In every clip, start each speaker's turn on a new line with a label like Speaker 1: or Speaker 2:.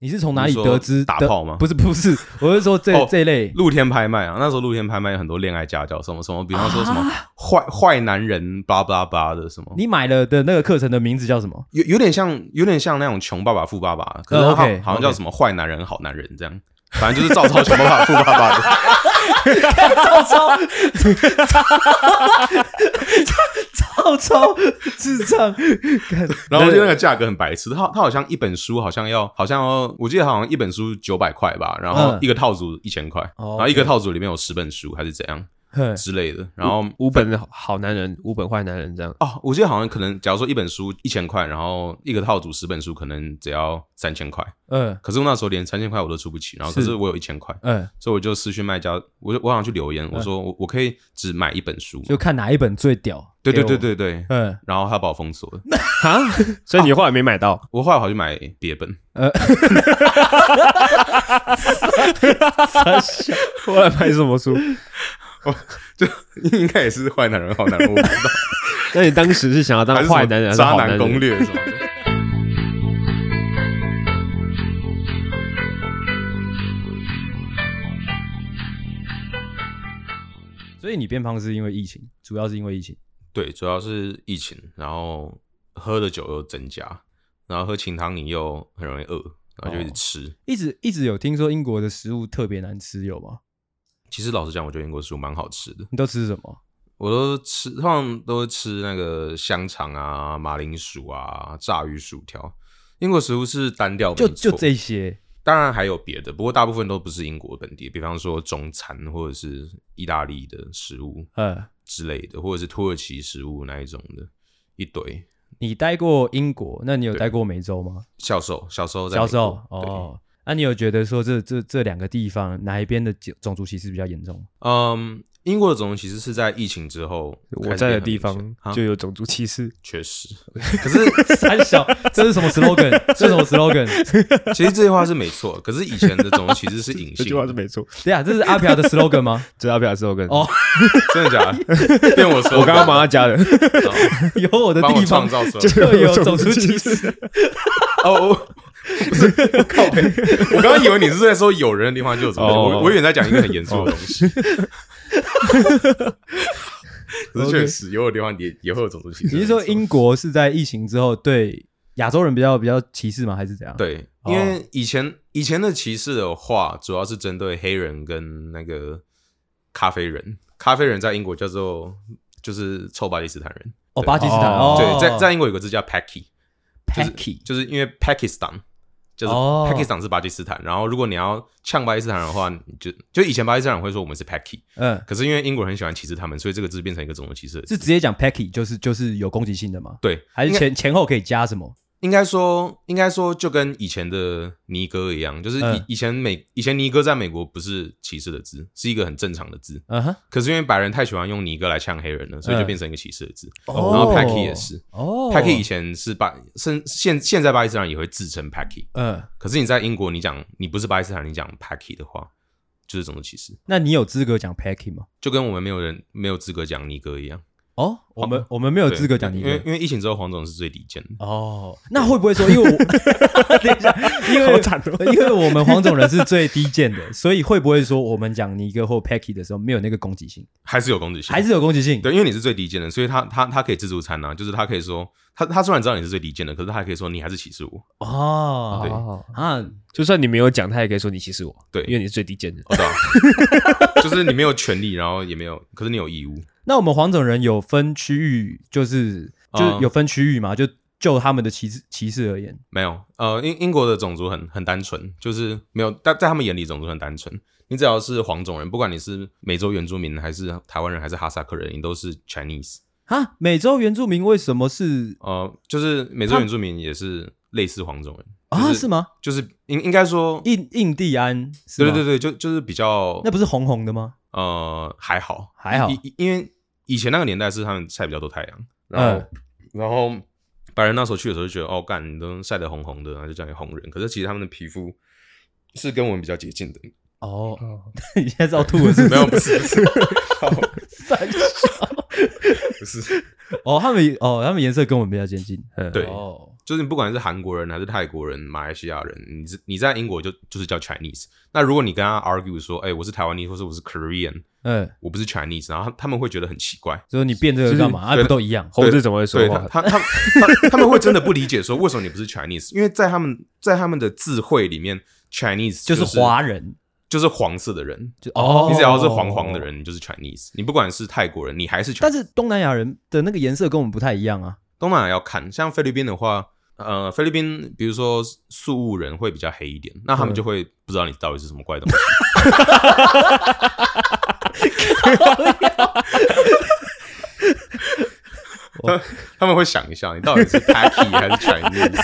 Speaker 1: 你是从哪里
Speaker 2: 你说
Speaker 1: 得知
Speaker 2: 打
Speaker 1: 得
Speaker 2: 炮吗
Speaker 1: 不是不是，我是说这、
Speaker 2: 哦
Speaker 1: 这一类
Speaker 2: 露天拍卖啊，那时候露天拍卖有很多恋爱家教，什么什么，比方说什么坏坏、男人，巴拉巴拉巴拉的什么，
Speaker 1: 啊你买了的那个课程的名字叫什 么？
Speaker 2: 有有点像有点像那种穷爸爸富爸爸，可是
Speaker 1: 呃
Speaker 2: 他好、
Speaker 1: OK，
Speaker 2: 好像叫
Speaker 1: OK
Speaker 2: 什么坏男人好男人这样，反正就是照抄穷爸爸富爸 爸的。
Speaker 1: 超超智障，干
Speaker 2: 然后我觉得那个价格很白痴，它它好像一本书好像要好像要我记得好像一本书九百块吧，然后
Speaker 1: 嗯
Speaker 2: 一个套组一千块，
Speaker 1: 哦
Speaker 2: 然后一个套组里面有十本书还是怎样
Speaker 1: 嘿
Speaker 2: 之类的，然
Speaker 1: 嗯
Speaker 2: 后。
Speaker 3: 五本好男人，五本坏男人这样。
Speaker 2: 哦，我记得好像可能，假如说一本书一千块，然后一个套组十本书，可能只要三千块。
Speaker 1: 嗯
Speaker 2: 可是我那时候连三千块我都出不起，然后可
Speaker 1: 是
Speaker 2: 是我有一千块，
Speaker 1: 嗯，
Speaker 2: 所以我就私讯卖家，我就我想去留言，我说我我可以只买一本书，
Speaker 1: 就看哪一本最屌。
Speaker 2: 对对
Speaker 1: 给
Speaker 2: 对
Speaker 1: 我，
Speaker 2: 对对，
Speaker 1: 嗯
Speaker 2: 然后他把我封锁了，
Speaker 3: 哈， 所以你后来没 买到，
Speaker 2: 我后来跑去买别本，
Speaker 3: 后来买什么书？
Speaker 2: 就 应该也是坏男人好男人，我不知道
Speaker 3: 那你当时是想要当
Speaker 2: 还是什么
Speaker 3: 坏男人还是
Speaker 2: 渣
Speaker 3: 好男
Speaker 2: 男攻
Speaker 3: 人？
Speaker 2: 略什么的。
Speaker 1: 所以你变胖是因为疫情，主要是因为疫情。
Speaker 2: 对，主要是疫情，然后喝的酒又增加，然后喝清汤你又很容易饿，然后就一直
Speaker 1: 哦
Speaker 2: 吃。
Speaker 1: 一直一直有听说英国的食物特别难吃，有吗？
Speaker 2: 其实老实讲，我觉得英国食物蛮好吃的，
Speaker 1: 你都吃什么？
Speaker 2: 我都吃，通常都吃那个香肠啊、马铃薯啊、炸鱼薯条。英国食物是单调，
Speaker 1: 就
Speaker 2: 没错
Speaker 1: 就这，些。
Speaker 2: 当然还有别的，不过大部分都不是英国本地，比方说中餐或者是意大利的食物
Speaker 1: 嗯，
Speaker 2: 之类的，或者是土耳其食物那一种的，一堆。
Speaker 1: 你待过英国，那你有
Speaker 2: 对
Speaker 1: 待过美洲吗？
Speaker 2: 小时候，小时候在
Speaker 1: 小
Speaker 2: 美
Speaker 1: 时候
Speaker 2: 国对
Speaker 1: 哦。那、你有觉得说这这这两个地方哪一边的种种族歧视比较严重？
Speaker 2: 嗯，英国的种族其实是在疫情之后开
Speaker 3: 我
Speaker 2: 始
Speaker 3: 在
Speaker 2: 变
Speaker 3: 的
Speaker 2: 很
Speaker 3: 地
Speaker 2: 明
Speaker 3: 方
Speaker 2: 显啊
Speaker 3: 就有种族歧视，
Speaker 2: 确实，可是
Speaker 1: 三小，这是什么 slogan？这是什么 slogan？
Speaker 2: 其实这句话是没错，可是以前的种族其实是隐
Speaker 3: 这
Speaker 2: 性
Speaker 3: 句话是
Speaker 2: 的，
Speaker 3: 没错。
Speaker 1: 对啊，这是阿朴的 slogan 吗？
Speaker 3: 这阿表是我跟
Speaker 1: 哦
Speaker 2: 真的假的？ 变我说，
Speaker 3: 我刚刚帮他加的，
Speaker 2: 他
Speaker 1: 有我的
Speaker 2: 帮我
Speaker 1: 地
Speaker 2: 创
Speaker 1: 方
Speaker 2: 造出来
Speaker 3: 就
Speaker 1: 就有种族 歧视。
Speaker 2: 哦，我不是靠背， 我刚刚以为你是在说有人的地方就有种族，
Speaker 3: 哦
Speaker 2: 我我以为你在讲一个很严肃的东西。 可是确实，有的地方也也会有种族歧视。
Speaker 1: 你是说
Speaker 2: 没错
Speaker 1: 英国是在疫情之后对亚洲人比较比较歧视吗？还是怎样？，
Speaker 2: 对，因为以前、以前的歧视的话，主要是针对黑人跟那个咖啡人。咖啡人在英国叫做就是臭巴基斯坦人。
Speaker 1: 哦，
Speaker 2: 对
Speaker 1: 巴基斯坦
Speaker 3: 哦
Speaker 1: 哦，
Speaker 2: 对，在在英国有个字叫 Paki，就是
Speaker 1: Paki
Speaker 2: 就是因为 Pakistan，就是
Speaker 1: 哦
Speaker 2: Pakistan 是巴基斯坦。然后如果你要呛巴基斯坦人的话，你就就以前巴基斯坦人会说我们是 Paki，
Speaker 1: 嗯，
Speaker 2: 可是因为英国人很喜欢歧视他们，所以这个字变成一个种族歧视的字。
Speaker 1: 是直接讲 Packy 就是就是有攻击性的吗？
Speaker 2: 对，
Speaker 1: 还是
Speaker 2: 应该
Speaker 1: 前前后可以加什么？
Speaker 2: 应该说，应该说就跟以前的尼哥一样，就是以、
Speaker 1: 嗯
Speaker 2: 以前美以前尼哥在美国不是歧视的字，是一个很正常的字。
Speaker 1: 嗯哼，
Speaker 2: 可是因为白人太喜欢用尼哥来呛黑人了，所以就
Speaker 1: 嗯
Speaker 2: 变成一个歧视的字。
Speaker 1: 哦
Speaker 2: 然后 Paki 也是
Speaker 1: 哦
Speaker 2: Paki 以前是巴，甚现现在巴基斯坦也会自称 Paki。
Speaker 1: 嗯，
Speaker 2: 可是你在英国，你讲你不是巴基斯坦，你讲 Paki 的话，就是种族歧视，
Speaker 1: 那你有资格讲 Packy 吗？
Speaker 2: 就跟我们没有人没有资格讲尼哥一样。
Speaker 1: 哦，我们我们没有资格讲
Speaker 2: 对
Speaker 1: 你
Speaker 2: 因为因为疫情之后，黄种人是最低贱的。
Speaker 1: 哦，那会不会说，因为我 等一下，因为
Speaker 3: 好惨哦
Speaker 1: 因为我们黄种人是最低贱的，所以会不会说我们讲尼哥或 Packy 的时候没有那个攻击性，
Speaker 2: 还是有攻击性，
Speaker 1: 还是有攻击性？
Speaker 2: 对，因为你是最低贱的，所以他他他可以自助餐呐、就是他可以说他他虽然知道你是最低贱的，可是他还可以说你还是歧视我。
Speaker 1: 哦，
Speaker 2: 对
Speaker 3: 哦，
Speaker 1: 啊，
Speaker 3: 就算你没有讲，他也可以说你歧视我，
Speaker 2: 对
Speaker 3: 因为你是最低贱的。
Speaker 2: 哦，对、啊， 就是你没有权利，然后也没有，可是你有义务。
Speaker 1: 那我们黄种人有分区域，就是就
Speaker 2: 嗯
Speaker 1: 有分区域嘛？就就他们的歧视歧视而言，
Speaker 2: 没有，呃，英英国的种族很很单纯，就是没有，但在他们眼里种族很单纯。你只要是黄种人，不管你是美洲原住民还是台湾人还是哈萨克人，你都是 Chinese。
Speaker 1: 啊，美洲原住民为什么是
Speaker 2: 呃，就是美洲原住民也是类似黄种人
Speaker 1: 啊？
Speaker 2: 就是
Speaker 1: 吗？
Speaker 2: 就是应应该说，
Speaker 1: 印印第安？
Speaker 2: 对对
Speaker 1: 对，
Speaker 2: 对对，就就是比较
Speaker 1: 那不是红红的吗？
Speaker 2: 呃，还好，
Speaker 1: 还好
Speaker 2: 因因因为以前那个年代是他们晒比较多太阳，
Speaker 1: 嗯
Speaker 2: 然后、然后白人那时候去的时候就觉得，哦，干你都晒得红红的，然后就叫你红人。可是其实他们的皮肤是跟我们比较接近的，
Speaker 1: 哦， 你现在是要吐了是不是？
Speaker 2: 没有，不是，不是， 好
Speaker 1: 三小
Speaker 2: 不是，
Speaker 1: 哦，他们哦，他们颜色跟我们比较接近。
Speaker 3: 嗯
Speaker 2: 对
Speaker 1: 哦，
Speaker 2: 就是你不管是韩国人还是泰国人、马来西亚人，你是你在英国就就是叫 Chinese。那如果你跟他 argue 说，哎、我是台湾裔，或是我是 Korean，
Speaker 1: 嗯，
Speaker 2: 我不是 Chinese，然后他他们会觉得很奇怪。
Speaker 1: 所以你变这个干嘛？啊，
Speaker 2: 对
Speaker 1: 不都一样？
Speaker 3: 猴子怎么会说
Speaker 2: 对他
Speaker 3: 话，？
Speaker 2: 他他他他们会真的不理解说为什么你不是 Chinese，因为在他们在他们的智慧里面，Chinese
Speaker 1: 就是是华人，
Speaker 2: 就是黄色的人，
Speaker 1: 就哦，
Speaker 2: 你只要是黄黄的。人，你就是 Chinese。你不管是泰国人，你还是 Chinese。
Speaker 1: 但是东南亚人的那个颜色跟我们不太一样啊。
Speaker 2: 东南亚要看，像菲律宾的话，呃，菲律宾比如说宿务人会比较黑一点，那他们就会不知道你到底是什么怪东 西。他他们会想一下，你到底是 Paki 还是 Chinese？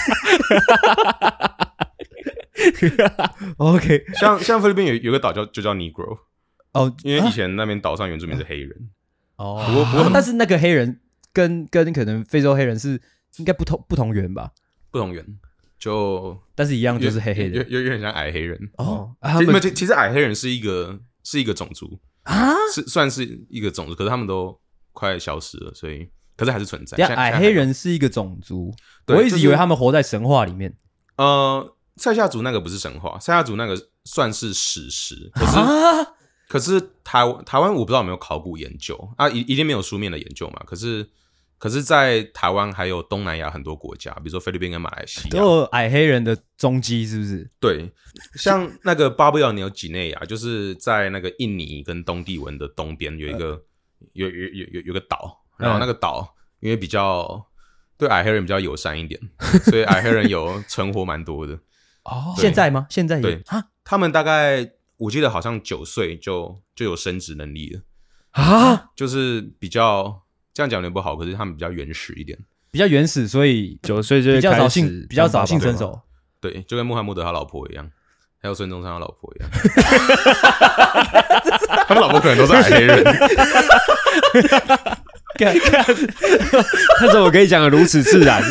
Speaker 1: OK，
Speaker 2: 像像菲律宾有有个岛叫就叫 Negro，
Speaker 1: 哦，
Speaker 2: 因为以
Speaker 1: 啊
Speaker 2: 前那边岛上原住民是黑人，
Speaker 1: 哦，
Speaker 2: 不过不过
Speaker 1: 啊但是那个黑人跟跟可能非洲黑人是应该不同不同源吧，
Speaker 2: 不同源，就
Speaker 1: 但是一样就是黑黑
Speaker 2: 有
Speaker 1: 的
Speaker 2: 有有有点像矮黑人。
Speaker 1: 哦。啊他
Speaker 2: 其实没有
Speaker 1: 们
Speaker 2: 其其实矮黑人是一个是一个种族，
Speaker 1: 啊，
Speaker 2: 是算是一个种族，可是他们都快消失了，所以可是还是存在。
Speaker 1: 等
Speaker 2: 现
Speaker 1: 下
Speaker 2: 在
Speaker 1: 矮黑，人是一个种族，
Speaker 2: 对
Speaker 1: 我一直以
Speaker 2: 就
Speaker 1: 为
Speaker 2: 是
Speaker 1: 他们活在神话里面
Speaker 2: 现在还呃，塞夏族那个不是神话，塞夏族那个算是史实，可是、
Speaker 1: 啊。
Speaker 2: 可是台湾台湾我不知道有没有考古研究啊，一一定没有书面的研究嘛。可是可是，在台湾还有东南亚很多国家，比如说菲律宾跟马来西
Speaker 1: 都
Speaker 2: 亚，
Speaker 1: 有矮黑人的踪迹是不是？
Speaker 2: 对，像那个巴布亚纽几内亚，就是在那个印尼跟东帝汶的东边有一个、有有有有有个岛，然后那个岛因为比较对矮黑人比较友善一点，所以矮黑人有存活蛮多的。
Speaker 1: 哦
Speaker 2: 对
Speaker 1: 现在吗？现在也
Speaker 2: 对
Speaker 1: 啊
Speaker 2: 他们大概我记得好像九岁就就有生殖能力了，
Speaker 1: 啊，
Speaker 2: 就是比较这样讲有点不好，可是他们比较原始一点。
Speaker 1: 比较原始，所以
Speaker 3: 九岁就
Speaker 1: 比较
Speaker 3: 开
Speaker 1: 早
Speaker 3: 始
Speaker 1: 性比较早
Speaker 3: 当
Speaker 1: 性
Speaker 3: 爸爸
Speaker 1: 成熟。
Speaker 2: 对，就跟穆罕默德他老婆一样，还有孙中山他老婆一样，他们老婆可能都是矮黑人。
Speaker 1: 干
Speaker 3: 但是我可以讲的如此自 然。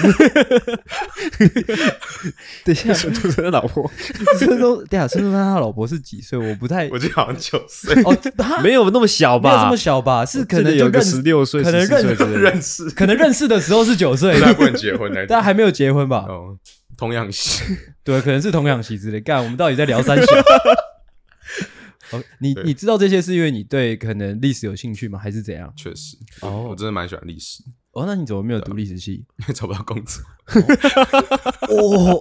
Speaker 1: 等一下，
Speaker 3: 孙中山的老婆
Speaker 1: 孙中，等一下，孙中山他老婆是几岁？我不太
Speaker 2: 我记得好像九岁
Speaker 1: 哦，他
Speaker 3: 啊没有那么小
Speaker 1: 没有这
Speaker 3: 吧
Speaker 1: 么？小吧？是可
Speaker 3: 真的
Speaker 1: 能就
Speaker 3: 有个
Speaker 1: 认
Speaker 3: 十六岁，
Speaker 1: 可能
Speaker 3: 14岁
Speaker 1: 认
Speaker 3: 之类的。
Speaker 2: 识，
Speaker 1: 可能认识的时候是九岁，
Speaker 2: 那不能结婚来
Speaker 1: 但还没有结婚吧？
Speaker 2: 哦，同样系。
Speaker 1: 对，可能是童养媳之类。干，我们到底在聊三 小？哦，你
Speaker 2: 对
Speaker 1: 你知道这些是因为你对可能历史有兴趣吗？还是怎样？
Speaker 2: 确实，
Speaker 1: 哦
Speaker 2: 我真的蛮喜欢历史，
Speaker 1: 哦，那你怎么没有读历史系？
Speaker 2: 因为找不到工作。
Speaker 1: 哦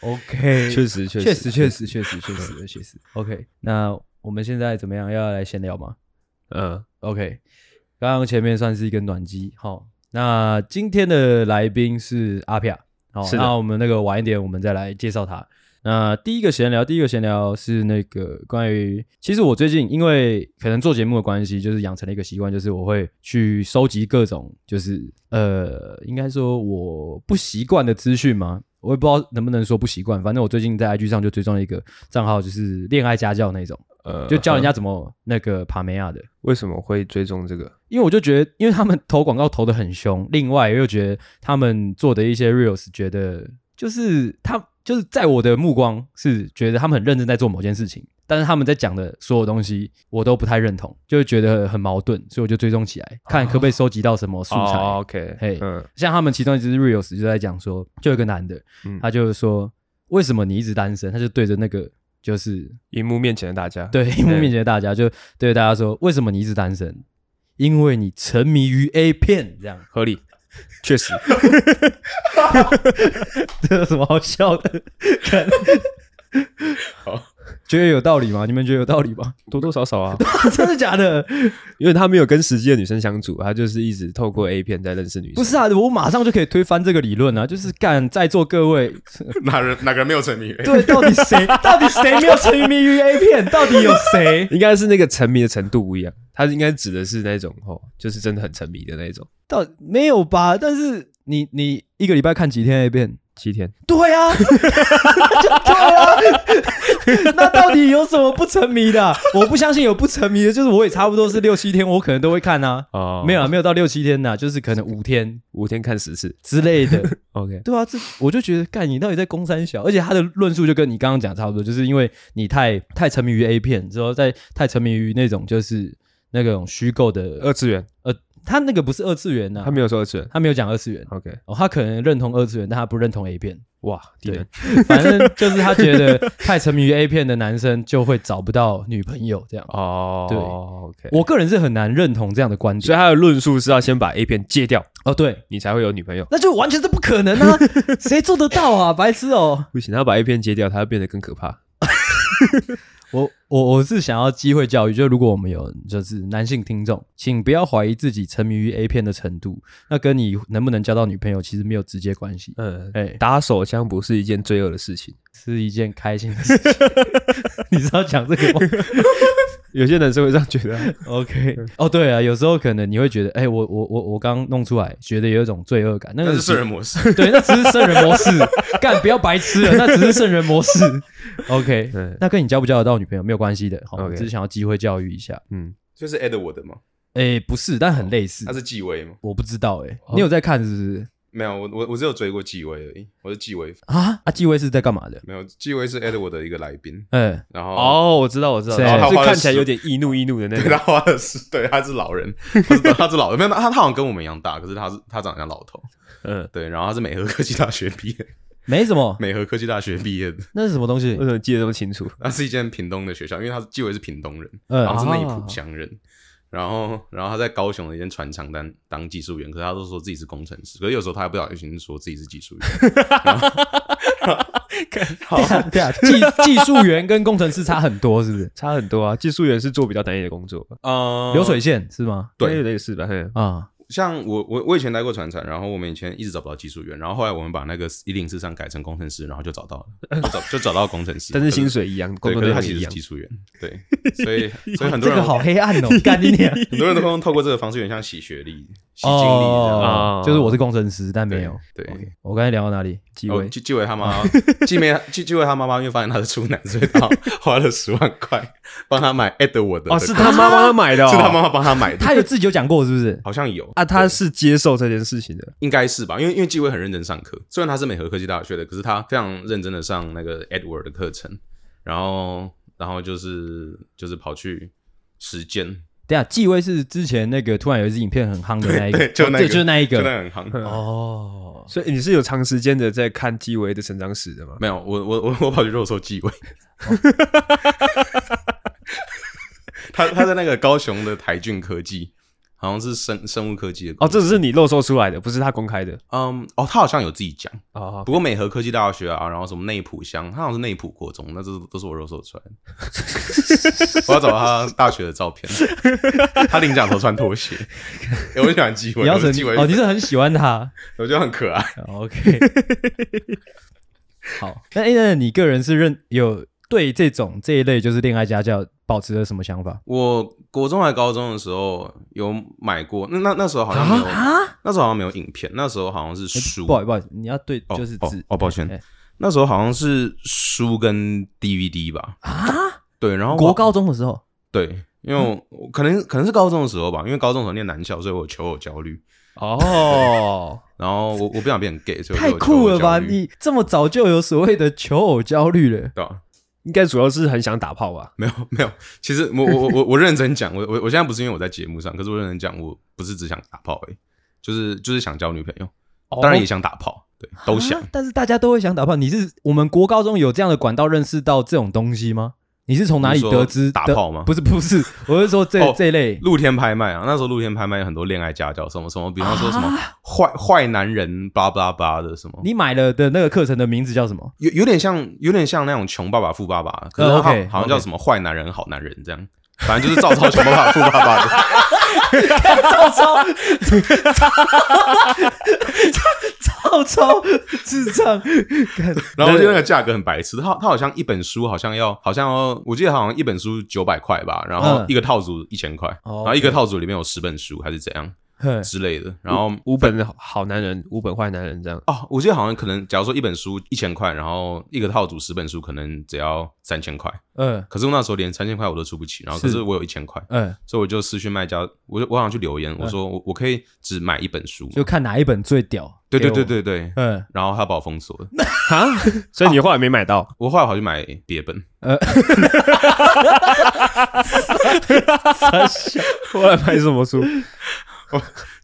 Speaker 1: ，OK，
Speaker 3: 啊确实，确
Speaker 1: 确实，确实，确实，确实，确实。OK，那我们现在怎么样？要来闲聊吗？
Speaker 3: 嗯，
Speaker 1: OK，刚刚前面算是一个暖机，好、那今天的来宾是阿飘，好、
Speaker 3: 是的
Speaker 1: 那我们那个晚一点我们再来介绍他。那第一个闲聊，第一个闲聊是那个关于，其实我最近因为可能做节目的关系，就是养成了一个习惯，就是我会去收集各种，就是呃，应该说我不习惯的资讯吗？我也不知道能不能说不习惯，反正我最近在 IG 上就追踪了一个账号，就是恋爱家教那种，
Speaker 3: 呃，
Speaker 1: 就教人家怎么那个爬梅亚的。
Speaker 3: 为什么会追踪这个？
Speaker 1: 因为我就觉得，因为他们投广告投的很凶，另外又觉得他们做的一些 reels，觉得就是他就是在我的目光是觉得他们很认真在做某件事情，但是他们在讲的所有东西我都不太认同，就会觉得很矛盾，所以我就追踪起来，看可不可以收集到什么素材。
Speaker 3: 哦，OK，
Speaker 1: 嘿
Speaker 3: 嗯，
Speaker 1: 像他们其中一支 reels 就在讲说，就有一个男的，
Speaker 3: 嗯
Speaker 1: 他就是说为什么你一直单身？他就对着那个就是
Speaker 3: 荧幕面前的大家，，
Speaker 1: 对，荧幕面前的大家就对大家说：“为什么你一直单身？因为你沉迷于 A 片。”这样，
Speaker 3: 合理，确实，
Speaker 1: 这有什么好笑 的？看，
Speaker 2: 好，
Speaker 1: 觉得有道理吗？你们觉得有道理吗？
Speaker 3: 多多少少 啊，
Speaker 1: 真的假的？
Speaker 3: 因为他没有跟实际的女生相处，他就是一直透过 A 片在认识女生。
Speaker 1: 不是啊，我马上就可以推翻这个理论啊！就是干在座各 位，
Speaker 2: 哪人哪个人没有沉迷？
Speaker 1: 对，到底 谁，到底谁没有沉迷于 A 片？到底有谁？
Speaker 3: 应该是那个沉迷的程度不一样，他应该指的是那种哦，就是真的很沉迷的那种。
Speaker 1: 到没有吧？但是你你一个礼拜看几天 A 片？
Speaker 3: 七天，
Speaker 1: 对啊， 就对啊，那 到底有什么不沉迷的啊、我不相信有不沉迷的，就是我也差不多是六七天，我可能都会看啊。
Speaker 3: 哦
Speaker 1: 没有啊，没有到六七天呐、就是可能五天
Speaker 3: 五天看十次
Speaker 1: 之类 的。
Speaker 3: ，OK，
Speaker 1: 对啊，这我就觉得，干你到底在攻三小？而且他的论述就跟你刚刚讲差不多，就是因为你太太沉迷于 A 片，之后再太沉迷于那种就是那种虚构的
Speaker 3: 二次元，
Speaker 1: 呃，他那个不是二次元呐、
Speaker 3: 他没有说二次元。
Speaker 1: 他没有讲二次元
Speaker 3: OK，
Speaker 1: 哦，他可能认同二次元，但他不认同 A 片。
Speaker 3: 哇，敌
Speaker 1: 对
Speaker 3: 人，
Speaker 1: 反正就是他觉得太沉迷于 A 片的男生就会找不到女朋友这样。
Speaker 3: 哦，
Speaker 1: 对
Speaker 3: ，OK，
Speaker 1: 我个人是很难认同这样的观
Speaker 3: 所以
Speaker 1: 点。
Speaker 3: 他的论述是要先把 A 片戒掉，
Speaker 1: 哦，对，
Speaker 3: 你才会有女朋友。
Speaker 1: 那就完全是不可能啊！谁做得到啊，白痴哦！
Speaker 3: 不行，他把 A 片戒掉，他会变得更可怕。
Speaker 1: 我我我是想要机会教育，就如果我们有就是男性听众，请不要怀疑自己沉迷于 A 片的程度，那跟你能不能交到女朋友其实没有直接关系，
Speaker 3: 嗯，
Speaker 1: 哎，
Speaker 3: 打手枪不是一件罪恶的事情。
Speaker 1: 是一件开心的事情。 你知道讲这个吗
Speaker 3: 有些男生会这样觉得，啊
Speaker 1: ？OK，哦，对啊，有时候可能你会觉得，哎、我我我我刚弄出来，觉得有一种罪恶感，那
Speaker 2: 那
Speaker 1: 个
Speaker 2: 是圣人
Speaker 1: 模
Speaker 2: 模式。
Speaker 1: 对，那只是圣人模式，干不要白痴了，那只是圣人模 式。OK，
Speaker 3: 对
Speaker 1: 那跟你交不交得到女朋友没有关系的，好，我
Speaker 3: OK
Speaker 1: 只是想要机会教育一下。
Speaker 3: 嗯，
Speaker 2: 就是 Edward 嘛，
Speaker 1: 哎、不是，但很类似。
Speaker 2: 他是纪委吗？
Speaker 1: 我不知道哎、你有在看是不是？
Speaker 2: 没有，我我我只有追过纪委而已，我是纪委，
Speaker 1: 啊，啊，纪威是在干嘛的？
Speaker 2: 没有纪委是 Edward 的一个来宾，
Speaker 1: 哎、
Speaker 2: 然后
Speaker 3: 哦，我知道，我知道，
Speaker 1: 谁
Speaker 3: 然后
Speaker 2: 他
Speaker 3: 就
Speaker 2: 花了
Speaker 3: 看起来
Speaker 2: 十
Speaker 3: 有点易怒易怒的那
Speaker 2: 对他
Speaker 3: 种。
Speaker 2: 花了十，对，他是老人，他是他是老人，没有他他好像跟我们一样大，可是他是他长得像老头，
Speaker 3: 嗯，
Speaker 2: 对，然后他是美和科技大学毕业，
Speaker 1: 没什么，
Speaker 2: 美和科技大学毕业的，
Speaker 1: 那是什么东西
Speaker 3: 为？什么记得那么清楚？
Speaker 2: 他是一间屏东的学校，因为他是纪委是屏东人，
Speaker 1: 嗯
Speaker 2: 然后是内埔乡人，然后然后他在高雄的一间船厂当当技术员，可是他都说自己是工程师，可是有时候他还不小心说自己是技术员，
Speaker 1: 对啊，
Speaker 2: 呃哦
Speaker 1: 对啊，技技术员跟工程师差很多，是不是？
Speaker 3: 差很多啊！技术员是做比较单一的工作，
Speaker 2: 呃
Speaker 1: 流水线是吗？
Speaker 2: 对
Speaker 3: 类似吧？嘿
Speaker 1: 啊，
Speaker 2: 像我我我以前待过船厂，然后我们以前一直找不到技术员，然后后来我们把那个一零四上改成工程师，然后就找到了，就找就找到工 程师，
Speaker 3: 但是
Speaker 2: 可
Speaker 3: 薪水一样，工
Speaker 2: 对，
Speaker 3: 作
Speaker 2: 可
Speaker 3: 内
Speaker 2: 是他
Speaker 3: 容
Speaker 2: 其实
Speaker 3: 也一
Speaker 2: 是
Speaker 3: 样
Speaker 2: 技。术员，对，所 以所以很多
Speaker 1: 这
Speaker 2: 人
Speaker 1: 个好黑暗哦，干你 娘！
Speaker 2: 很多人都通透过这个方式，有点像洗学历、洗经历这样
Speaker 3: 啊
Speaker 1: 哦，就是我是工程师，但没有。
Speaker 2: 对对
Speaker 1: OK，我刚才聊到哪里？
Speaker 3: 机
Speaker 2: 哦
Speaker 3: 会
Speaker 2: 纪纪委他妈， 纪妹纪纪委他妈妈，因为发现他是处男，所以他 花了十万块帮他买 Edward 的，
Speaker 3: 哦， 是他妈妈买的哦，
Speaker 2: 是他妈妈帮他买的，
Speaker 1: 他有自己有讲过是不是？
Speaker 2: 好像有
Speaker 3: 啊，他是接受这件事情的。
Speaker 2: 应该是吧？因为因为纪委很认真上课，虽然他是美和科技大学的，可是他非常认真的上那个 Edward 的课程，然后然后就是就是跑去实践，
Speaker 1: 等一下，纪威是之前那个突然有一支影片很夯的那一个， 哦
Speaker 2: 对，就那
Speaker 1: 对，就是那一
Speaker 2: 就
Speaker 1: 个。
Speaker 2: 那很行。
Speaker 1: 哦，
Speaker 3: 所以你是有长时间的在看基维的成长史的吗？
Speaker 2: 没有，我我我我跑去肉搜纪委。他他在那个高雄的台郡科技，好像是生生物科技的公
Speaker 3: 哦，
Speaker 2: 司。
Speaker 3: 这只是你漏搜出来的，不是他公开的
Speaker 2: 嗯哦，他好像有自己讲。
Speaker 3: 哦，
Speaker 2: 不过美和科技大学啊，然后什么内埔乡，他好像是内埔国中，那这都是我肉搜出来的。 我要找他大学的照片。他领奖头穿拖鞋，欸我很喜欢纪委，
Speaker 1: 你要
Speaker 2: 我是
Speaker 1: 成
Speaker 2: 纪委，
Speaker 1: 哦，你是很喜欢他。哦
Speaker 2: 我觉得很可爱。
Speaker 1: OK，好，那 A 那你个人是认有对这种这一类就是恋爱家教保持着什么想法？
Speaker 2: 我国中还高中的时候有买过，那那那时候好像没有，
Speaker 1: 啊
Speaker 2: 那时候好像没有影片，那时候好像是书。
Speaker 1: 哎不好意思，不好意思，你要对
Speaker 2: 哦
Speaker 1: 就是
Speaker 2: 哦
Speaker 1: 指
Speaker 2: 哦抱歉
Speaker 1: 哎
Speaker 2: 那时候好像是书跟 DVD 吧？
Speaker 1: 啊，
Speaker 2: 对，然后
Speaker 1: 国高嗯中的时候
Speaker 2: 对，因为我我可能可能是高中的时候吧，因为高中的时候念男校，所以我有求偶焦虑。
Speaker 3: 哦，
Speaker 2: 然后 我我不想变成 gay，所以我
Speaker 1: 太
Speaker 2: 有求偶
Speaker 1: 酷了吧！
Speaker 2: 焦虑
Speaker 1: 你这么早就有所谓的求偶焦虑了，
Speaker 2: 对吧？
Speaker 3: 应该主要是很想打炮吧？
Speaker 2: 没有没有， 其实我我我我我认真讲，我我我现在不是因为我在节目上，可是我认真讲，我不是只想打炮而已，就是就是想交女朋友，
Speaker 1: 哦
Speaker 2: 当然也想打炮，对，都想
Speaker 1: 啊。但是大家都会想打炮。你是我们国高中有这样的管道认识到这种东西吗？你是从哪里
Speaker 2: 你是说
Speaker 1: 得知
Speaker 2: 打
Speaker 1: 得
Speaker 2: 炮吗
Speaker 1: 不是不是，我是说这、
Speaker 2: 哦
Speaker 1: 这一类
Speaker 2: 露天拍卖啊，那时候露天拍卖有很多恋爱家教，什么什么，比方说什么坏坏、男人，叭叭叭的什么，
Speaker 1: 你买了的那个课程的名字叫什 么？
Speaker 2: 有有点像，有点像那种穷爸爸富爸爸，可是他好
Speaker 1: 啊 OK，
Speaker 2: 好像叫什么坏男人好男人这样，反正就是照抄穷爸爸富爸爸 的。
Speaker 1: 照抄，照抄，智障，干
Speaker 2: 然后我觉得那个价格很白痴，他他好像一本书好像要好像要，我记得好像一本书九百块吧，然后
Speaker 1: 嗯
Speaker 2: 一个套组一千块，
Speaker 1: 哦
Speaker 2: 然后一个套组里面有十本书还是怎样
Speaker 1: 嘿
Speaker 2: 之类的，然后。
Speaker 3: 五本好男人，五本坏男人这样。
Speaker 2: 哦，我记得好像可能，假如说一本书一千块，然后一个套组十本书，可能只要三千块。
Speaker 1: 嗯
Speaker 2: 可是我那时候连三千块我都出不起，然后可
Speaker 1: 是
Speaker 2: 是我有一千块，
Speaker 1: 嗯，
Speaker 2: 所以我就私讯卖家，我就我好像去留言，我说我我可以只买一本书，
Speaker 1: 就看哪一本最屌。
Speaker 2: 对对
Speaker 1: 给我
Speaker 2: 对，对对，
Speaker 1: 嗯，
Speaker 2: 然后他把我封锁了，
Speaker 3: 哈，所以你后来没 买到，
Speaker 2: 我后来跑去买别本，
Speaker 3: 后来买什么书？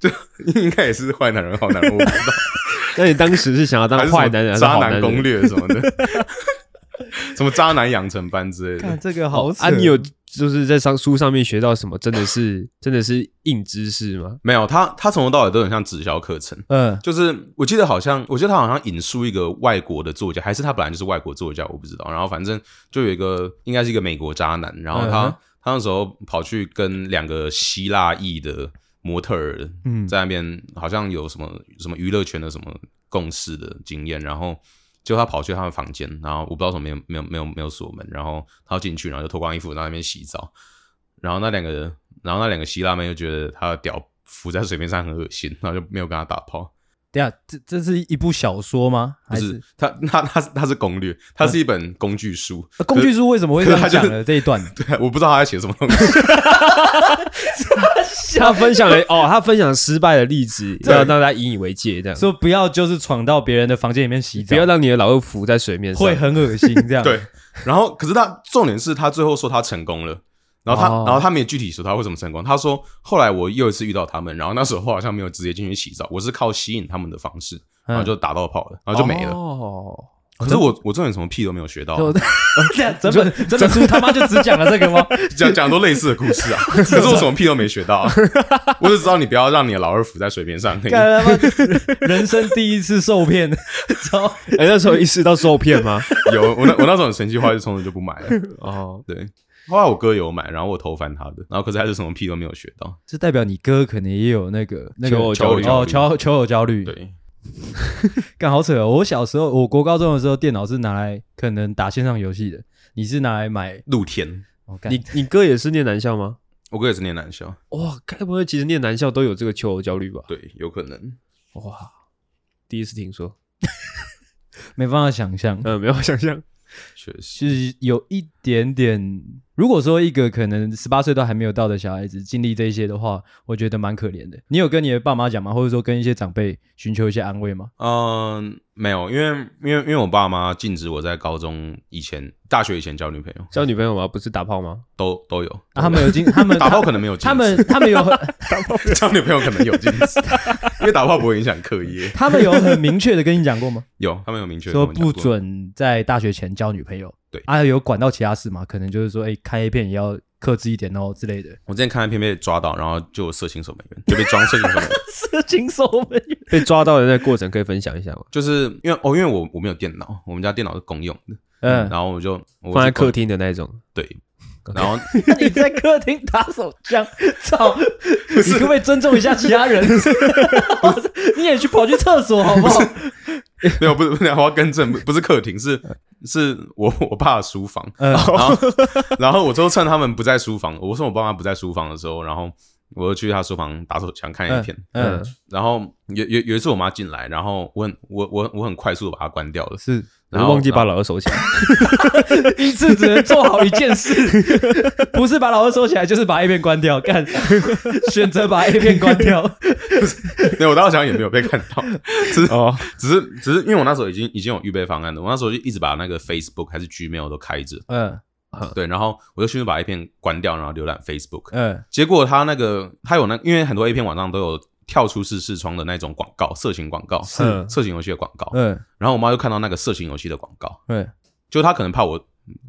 Speaker 2: 就 应该也是坏男人好男人，我不知道
Speaker 3: 那你当时是想要当
Speaker 2: 还是什么
Speaker 3: 坏男人，还是
Speaker 2: 渣
Speaker 3: 好
Speaker 2: 男攻
Speaker 3: 人？
Speaker 2: 略什么 的，什么渣男养成班之类的
Speaker 1: 看。这个
Speaker 3: 好
Speaker 1: 好
Speaker 3: 啊，你有就是在上书上面学到什么？真的是真的是硬知识 吗？
Speaker 2: 没有，他他从头到尾都很像直销课程。
Speaker 1: 嗯
Speaker 2: 就是我记得好像，我记得他好像引述一个外国的作家，还是他本来就是外国作家，我不知道。然后反正就有一个应该是一个美国渣男，然后他、
Speaker 1: 嗯哼
Speaker 2: 他那时候跑去跟两个希腊裔的模特儿
Speaker 1: 嗯
Speaker 2: 在那边好像有什么什么娱乐圈的什么共事的经验，然后。结果他跑去他们房间，然后我不知道为什么没有没有没有没有锁门，然后他要进去，然后就脱光衣服，然后在那边洗澡，然后那两个人，然后那两个希腊妹就觉得他的屌浮在水面上很恶心，然后就没有跟他打炮。
Speaker 1: 等一下，这这是一部小说吗？
Speaker 2: 不
Speaker 1: 还
Speaker 2: 是他，他他是他是攻略，他是一本工具书。
Speaker 1: 呃工具书为什么会这样讲
Speaker 2: 可是他就
Speaker 1: 呢？这一 段
Speaker 2: 对，我不知道他在写什么东西。
Speaker 3: 他分享了哦，他分享失败的例子，
Speaker 1: 对
Speaker 3: 要让大家引以为戒，这样
Speaker 1: 说不要就是闯到别人的房间里面洗
Speaker 3: 不
Speaker 1: 澡
Speaker 3: 要，让你的老二浮在水面上。
Speaker 1: 会很恶心这样。
Speaker 2: 对，然后可是他重点是他最后说他成功了，然后他、
Speaker 3: 哦
Speaker 2: 然后他没有具体说他为什么成功。他说后来我又一次遇到他们，然后那时候我好像没有直接进去洗澡，我是靠吸引他们的方式，然后就打到炮了，然后就没了。
Speaker 3: 哦，
Speaker 2: 可是我我重点什么屁都没有学到，
Speaker 1: 就这样整本整本书他妈就只讲了这 个吗？
Speaker 2: 讲讲都类似的故事啊。可是我什么屁都没学到、啊，我只知道你不要让你的老二浮在水面上。
Speaker 1: 干他妈人生第一次受 骗，操！
Speaker 3: 哎，那时候有意识到受骗吗？
Speaker 2: 有我那我那时候很神奇，后来就从此就不买了。
Speaker 3: 哦，
Speaker 2: 对，后来我哥有买，然后我投翻他的，然后可是他是什么屁都没有学到。
Speaker 1: 这代表你哥可能也有那个那个
Speaker 3: 求偶
Speaker 2: 焦虑
Speaker 1: 哦，求偶求偶焦虑。
Speaker 2: 对，
Speaker 1: 干好扯哦！我小时候，我国高中的时候，电脑是拿来可能打线上游戏的，你是拿来买。
Speaker 2: 露天，
Speaker 1: 哦、干
Speaker 3: 你你哥也是念男校吗？
Speaker 2: 我哥也是念男校，
Speaker 3: 哇，该不会其实念男校都有这个求偶焦虑吧？
Speaker 2: 对，有可能。
Speaker 3: 哇，第一次听说，
Speaker 1: 没办法想象，
Speaker 2: 呃
Speaker 3: 嗯，没有想象，
Speaker 2: 确实，
Speaker 1: 就是有一点点。如果说一个可能十八岁都还没有到的小孩子经历这些的话，我觉得蛮可怜的。你有跟你的爸妈讲吗？或者说跟一些长辈寻求一些安慰吗？
Speaker 2: 嗯、没有，因为因为因为我爸妈禁止我在高中以前、大学以前交女朋友，
Speaker 3: 交女朋友吗？不是打炮吗？
Speaker 2: 都都有。
Speaker 1: 啊他们有经，他们
Speaker 2: 打炮可能没有禁止，
Speaker 1: 他们他们有
Speaker 2: 交女朋友可能有禁止， 因为打炮不会影响课业。
Speaker 1: 他们有很明确的跟你讲过吗？
Speaker 2: 有，他们有明确地
Speaker 1: 说
Speaker 2: 跟我
Speaker 1: 不
Speaker 2: 讲过，
Speaker 1: 准在大学前交女朋友。
Speaker 2: 对
Speaker 1: 啊，有管到其他事吗？可能就是说，哎、开一片也要克制一点哦之类的。
Speaker 2: 我之前看 A 片被抓到，然后就有色情守门员，就被装色情守门员。
Speaker 1: 色情守门员，
Speaker 3: 被抓到的那个过程可以分享一下吗？
Speaker 2: 就是因为哦，因为我我没有电脑，我们家电脑是公用的，
Speaker 1: 嗯，
Speaker 2: 然后我就我
Speaker 3: 放在
Speaker 2: 就公
Speaker 3: 客厅的那种，
Speaker 2: 对，然后
Speaker 1: 那你在客厅打手枪， 操！你可不可以尊重一下其他人？ 哦你也去跑去厕所好不好？
Speaker 2: 没有不是，不是我要更正，不不是客厅，是是我我爸的书房。
Speaker 1: 嗯
Speaker 2: 然后然后我就趁他们不在书房，我说我爸妈不在书房的时候，然后我就去他书房打手枪看一片。
Speaker 1: 嗯，
Speaker 2: 然后有有有一次我妈进来，然后我很我我我很快速地把它关掉了，
Speaker 1: 是
Speaker 3: 我
Speaker 2: 然后
Speaker 3: 忘记把老二收 起来。
Speaker 1: 一次只能做好一件 事，不是把老二收起来，就是把 A 片关掉。 干，选择把 A 片关掉。
Speaker 2: 没有，我当时好像也没有被看 到，只是
Speaker 3: 哦，
Speaker 2: 只是只是因为我那时候已经已经有预备方案了，我那时候就一直把那个 Facebook 还是 Gmail 都开着，
Speaker 1: 嗯
Speaker 2: 对，然后我就迅速把 A 片关掉，然后浏览 Facebook，
Speaker 1: 嗯
Speaker 2: 结果他那个他有那，因为很多 A 片网站都有跳出式视窗的那种广告，色情广告，
Speaker 1: 是
Speaker 3: 嗯
Speaker 2: 色情游戏的广告。
Speaker 1: 嗯
Speaker 2: 然后我妈就看到那个色情游戏的广告，
Speaker 1: 嗯
Speaker 2: 就她可能怕我